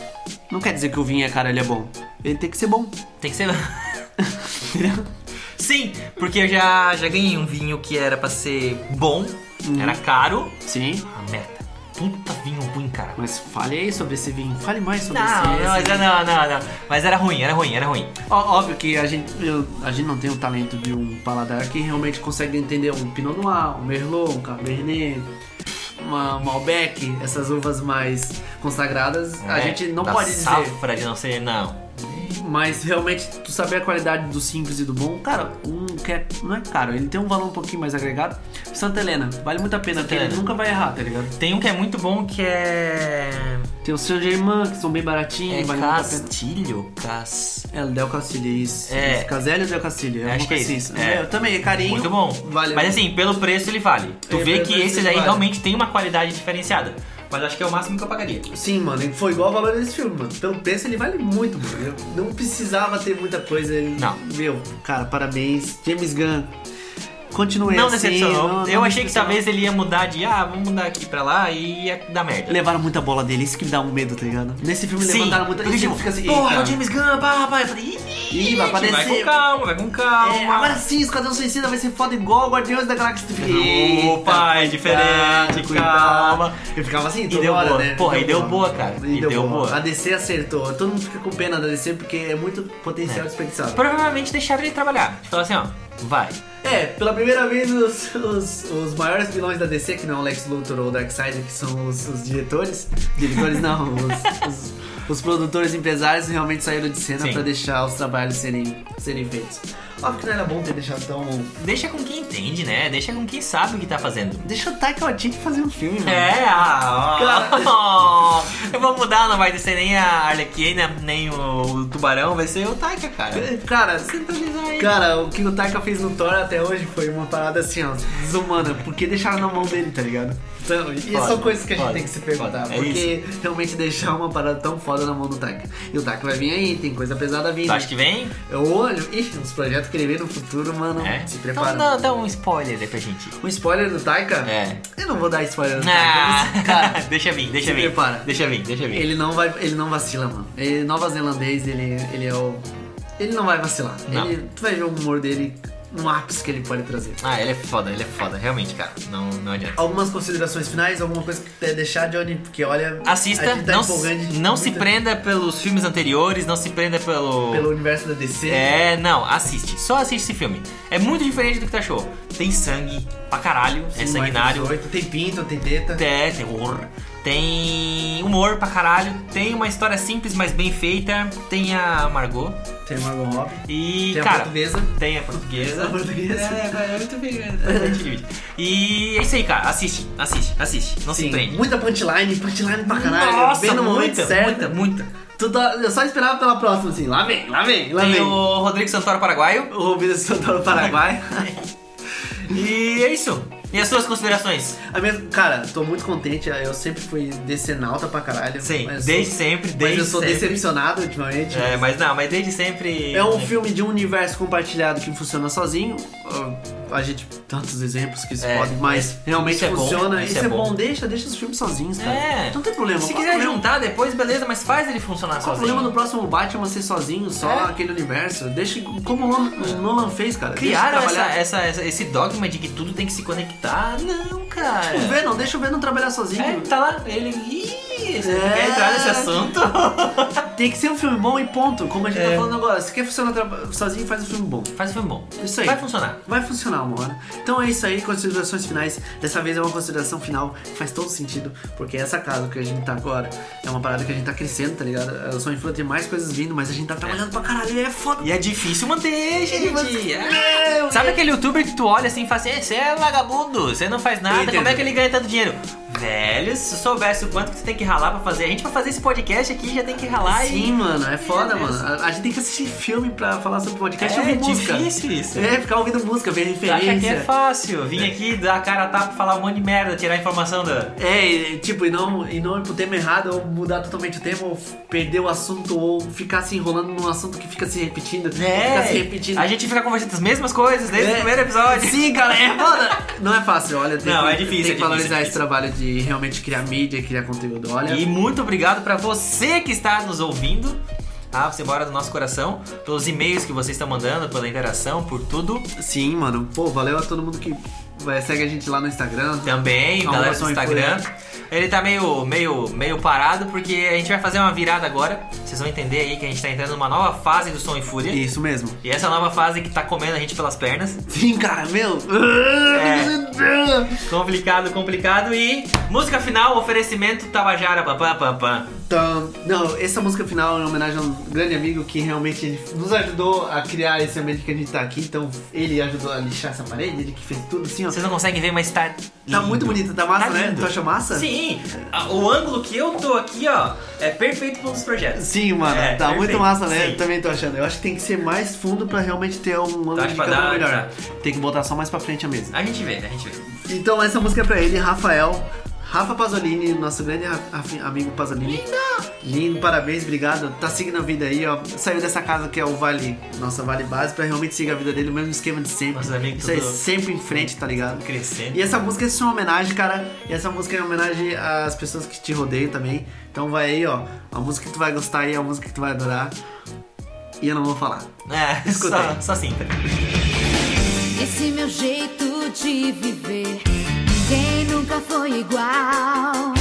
A: Não quer dizer que o vinho é caro, ele é bom. Ele tem que ser bom,
B: Tem que ser...
A: entendeu?
B: Sim, porque eu já, já ganhei um vinho que era pra ser bom,
A: Uhum.
B: era caro.
A: Sim.
B: A merda. Puta vinho ruim, cara.
A: Mas fale aí sobre esse vinho, fale mais sobre esse
B: Não,
A: esse
B: não,
A: vinho.
B: já não, não, não. Mas era ruim, era ruim, era ruim.
A: é Ó- Óbvio que a gente, eu- a gente não tem o talento de um paladar que realmente consegue entender um Pinot Noir, um Merlot, um Cabernet, uma um Malbec, essas uvas mais consagradas. a
B: É,
A: gente não
B: da
A: pode dizer.
B: safra de não sei, não.
A: Mas realmente, tu saber a qualidade do simples e do bom, cara, um que é, não é caro, ele tem um valor um pouquinho mais agregado. Santa Helena, vale muito a pena, porque ele
B: Helena.
A: nunca vai errar, tá ligado?
B: Tem um que é muito bom que é.
A: Tem o Saint Germain, que são bem
B: É
A: baratinhos, vale muito a pena.
B: Castilho? Cas.
A: É, Del Castilho, isso.
B: É.
A: Caselli Del Castilho. É
B: Acho
A: uma
B: que é
A: coisa
B: isso,
A: assim.
B: é.
A: Eu também, é carinho.
B: Muito bom.
A: Vale.
B: Mas assim, pelo preço ele vale. Tu
A: É,
B: vê
A: pelo
B: que
A: preço
B: esse
A: ele
B: daí
A: vale.
B: realmente tem uma qualidade diferenciada. Mas acho que é o máximo que eu pagaria.
A: Sim, mano, ele foi igual ao valor desse filme, mano. Pelo preço ele vale muito, mano. Eu não precisava ter muita coisa. ele-
B: Não.
A: Meu, cara, parabéns. James Gunn. Continue
B: não
A: assim.
B: decepcionou.
A: não-
B: eu
A: não
B: achei que
A: decepcionou.
B: talvez ele ia mudar de ah, vamos mudar aqui pra lá e ia dar merda.
A: Levaram muita bola dele, isso que me dá um medo, tá ligado? Nesse filme levantaram muita.
B: porque,
A: Ele
B: tipo,
A: fica assim,
B: porra,
A: eita.
B: o James Gunn, pá, pá. Eu falei, ih,
A: Ih, vai
B: gente, Vai
A: aparecer.
B: com calma, vai com calma.
A: É, agora sim, Esquadrão Suicida vai ser foda igual o Guardiões da Galáxia. Tu fica,
B: Opa, é
A: eita,
B: diferente,
A: cuidado.
B: calma.
A: Eu ficava assim,
B: E
A: toda
B: deu
A: hora,
B: boa.
A: né?
B: Porra, e deu boa, cara.
A: E, deu, boa. A
B: boa.
A: DC acertou. Todo mundo fica com pena da DC porque é muito potencial
B: É.
A: desperdiçado.
B: Provavelmente deixaram ele trabalhar. Falaram assim, ó, vai.
A: É, pela primeira vez os, os, os maiores vilões da DC, que não é o Lex Luthor ou o Darkseid, que são os, os diretores. Diretores não, os, os- os produtores empresários realmente saíram de cena
B: Sim.
A: pra deixar os trabalhos serem, serem feitos. Óbvio que não era bom ter deixado tão.
B: Deixa com quem entende, né? Deixa com quem sabe o que tá fazendo.
A: Deixa o Taika Waititi fazer um filme, mano.
B: É, ah,
A: Cara.
B: ó. eu vou mudar, não vai ser nem a Arlequina, nem o, o Tubarão, vai ser o Taika, cara.
A: Cara,
B: Centralizar ele.
A: Cara, o que o Taika fez no Thor até hoje foi uma parada assim, ó, desumana. Porque deixaram na mão dele, tá ligado? Então, e
B: Foda,
A: são coisas que a gente
B: foda,
A: tem que se perguntar.
B: foda, é
A: porque realmente deixar uma parada tão foda na mão do Taika. E o Taika vai vir aí, tem coisa pesada vindo.
B: Tu acha que vem?
A: Eu olho, ih, uns projetos que ele vê no futuro, mano.
B: É.
A: Se prepara.
B: Então dá, dá um spoiler aí pra gente.
A: Um spoiler do Taika?
B: É.
A: Eu não vou dar spoiler do Taika.
B: Ah,
A: mas, cara,
B: deixa vir, deixa
A: se
B: vir.
A: prepara.
B: Deixa vir, deixa vir.
A: ele não vai. Ele não vacila, mano. Ele nova zelandês, ele, ele é o. Ele não vai vacilar.
B: Não.
A: Ele, tu vai ver o humor dele no ápice que ele pode trazer.
B: Ah, ele é foda, ele é foda, realmente, cara. Não, não adianta.
A: Algumas considerações finais, alguma coisa que tu quer deixar, Johnny, porque olha. a
B: Assista,
A: gente tá
B: não,
A: empolgante
B: se-
A: de
B: não se
A: muita-
B: prenda pelos filmes anteriores, não se prenda pelo.
A: Pelo universo da DC.
B: É, não, assiste. Só assiste esse filme. É muito diferente do que tu achou. Tem sangue pra caralho, é
A: Sim,
B: sanguinário.
A: mais 18. Tem pinto, tem teta.
B: É, terror. Tem humor pra caralho. Tem uma história simples, mas bem feita. Tem a Margot.
A: Tem Margot Robbie.
B: E,
A: Tem a
B: cara.
A: portuguesa.
B: Tem a portuguesa.
A: A portuguesa.
B: É, é muito bem. é, é difícil. e é isso aí, cara. Assiste, assiste, assiste. Não se
A: Sim,
B: prende.
A: muita punchline, punchline pra caralho.
B: Nossa,
A: bem no momento
B: muita,
A: certo.
B: muita, muita.
A: Tu tá- eu só esperava pela próxima, assim. Lá vem, lá vem, lá
B: Tem
A: vem. O,
B: o Rodrigo Santoro Paraguaio.
A: o Rubens Santoro Paraguai.
B: E é isso. E as suas considerações?
A: A minha, cara, tô muito contente. Eu sempre fui decenalta pra caralho.
B: Sim,
A: mas eu
B: desde
A: sou-
B: sempre,
A: Mas
B: desde
A: eu sou
B: sempre.
A: decepcionado ultimamente.
B: É, mas não, mas desde sempre. né?
A: É um filme de um universo compartilhado que funciona sozinho. Ah, A gente tantos exemplos que isso
B: É,
A: pode, mas
B: é,
A: realmente
B: isso é bom,
A: funciona.
B: isso
A: isso
B: é
A: é bom.
B: bom.
A: deixa, deixa os filmes sozinhos, cara. Então
B: É.
A: Não tem problema.
B: Se
A: Qual
B: quiser
A: o problema?
B: juntar depois, beleza, mas faz ele funcionar
A: Qual o
B: sozinho.
A: problema do próximo Batman ser sozinho, só
B: É.
A: aquele universo? Deixa como o Nolan- o Nolan fez, cara.
B: Criaram
A: deixa
B: essa,
A: trabalhar.
B: essa- essa- esse dogma de que tudo tem que se conectar. Não,
A: O
B: cara.
A: Venom, deixa o Venom trabalhar sozinho.
B: É, tá lá, ele. Ih, você
A: É.
B: quer entrar nesse assunto?
A: Tem que ser um filme bom e ponto, como a gente
B: É.
A: tá falando agora. Se quer funcionar tra- sozinho, faz um filme bom.
B: Faz um filme bom.
A: Isso aí.
B: Vai funcionar.
A: Vai funcionar uma hora. Então é isso aí, considerações finais. Dessa vez é uma consideração final, faz todo sentido, porque essa casa que a gente tá agora é uma parada que a gente tá crescendo, tá ligado? Eu sou influencer, tem mais coisas vindo, mas a gente tá trabalhando pra caralho e é foda.
B: E é difícil manter, gente. É.
A: Meu,
B: Sabe aquele youtuber que tu olha assim e fala assim: "Ei, você é vagabundo, você não faz nada,
A: Entendo.
B: como é que ele ganha tanto dinheiro? Velho, se eu soubesse o quanto que você tem que ralar pra fazer, a gente pra fazer esse podcast aqui já tem que ralar e.
A: Sim, mano, é foda,
B: Deus.
A: mano. A, a gente tem que assistir filme pra falar sobre podcast e
B: É
A: ouvir música.
B: difícil isso.
A: É, ficar ouvindo música, ver
B: Tu acha que
A: referência.
B: é fácil vir aqui, dar a cara a tapa, falar um monte de merda, tirar a informação da.
A: É, e, tipo, e não, e não ir pro tema errado, ou mudar totalmente o tema, ou f- perder o assunto, ou ficar se enrolando num assunto que fica se repetindo. Fica se repetindo.
B: É. a gente fica conversando as mesmas coisas desde o
A: É.
B: primeiro episódio.
A: Sim, galera, mano. Não é fácil, olha. Tem
B: Não,
A: que,
B: é difícil,
A: Tem
B: é
A: que
B: difícil,
A: valorizar
B: é
A: esse
B: difícil.
A: trabalho de realmente criar mídia, criar conteúdo. Olha,
B: E muito obrigado pra você que está nos ouvindo. Ah, você mora do nosso coração, pelos e-mails que vocês estão mandando, pela interação, por tudo.
A: sim, mano. Pô, valeu a todo mundo que vai- segue a gente lá no Instagram.
B: Também,
A: Arroba
B: galera do
A: Sonho
B: Instagram. Ele tá meio, meio, meio parado, porque a gente vai fazer uma virada agora. Vocês vão entender aí que a gente tá entrando numa nova fase do Som e
A: É.
B: Fúria. E,
A: Isso mesmo.
B: essa nova fase que tá comendo a gente pelas pernas.
A: Sim, cara, meu. É.
B: Complicado, complicado. E música final, oferecimento Tabajara. Pam, pam, pam, pam.
A: Então, não, essa música final é uma homenagem a um grande amigo que realmente ele nos ajudou a criar esse ambiente que a gente tá aqui. Então, ele ajudou a lixar essa parede, ele que fez tudo assim, ó.
B: Vocês não conseguem ver, mas tá.
A: Tá
B: lindo.
A: muito bonita, tá massa,
B: Tá
A: né?
B: lindo.
A: Tu acha massa?
B: Sim, a- o ângulo que eu tô aqui, ó, é perfeito para um dos projetos.
A: Sim, mano,
B: É,
A: tá
B: perfeito.
A: muito massa, né?
B: Sim. Tá
A: Eu também tô achando. Eu acho que tem que ser mais fundo pra realmente ter um ângulo
B: acho
A: de
B: pra
A: câmera
B: dar-
A: melhor. Tem que botar só mais pra frente a mesa.
B: A gente vê, a gente vê.
A: Então essa música é pra ele, Rafael. Rafa Pasolini, nosso grande ra- af- amigo Pasolini. Lindo! Lindo, parabéns, obrigado. Tá seguindo a vida aí, ó. Saiu dessa casa que é o Vale, nossa Vale Base, pra realmente seguir a vida dele, o mesmo esquema de sempre.
B: Nossos amigos
A: Isso aí,
B: tudo-
A: sempre em frente, tá ligado?
B: Crescendo.
A: E essa música é só uma homenagem, cara. E essa música é uma homenagem às pessoas que te rodeiam também. Então vai aí, ó. A música que tu vai gostar aí, a música que tu vai adorar. E eu não vou falar.
B: É,
A: Escuta
B: só, só sinta.
C: Esse meu jeito de viver, ninguém nunca foi igual.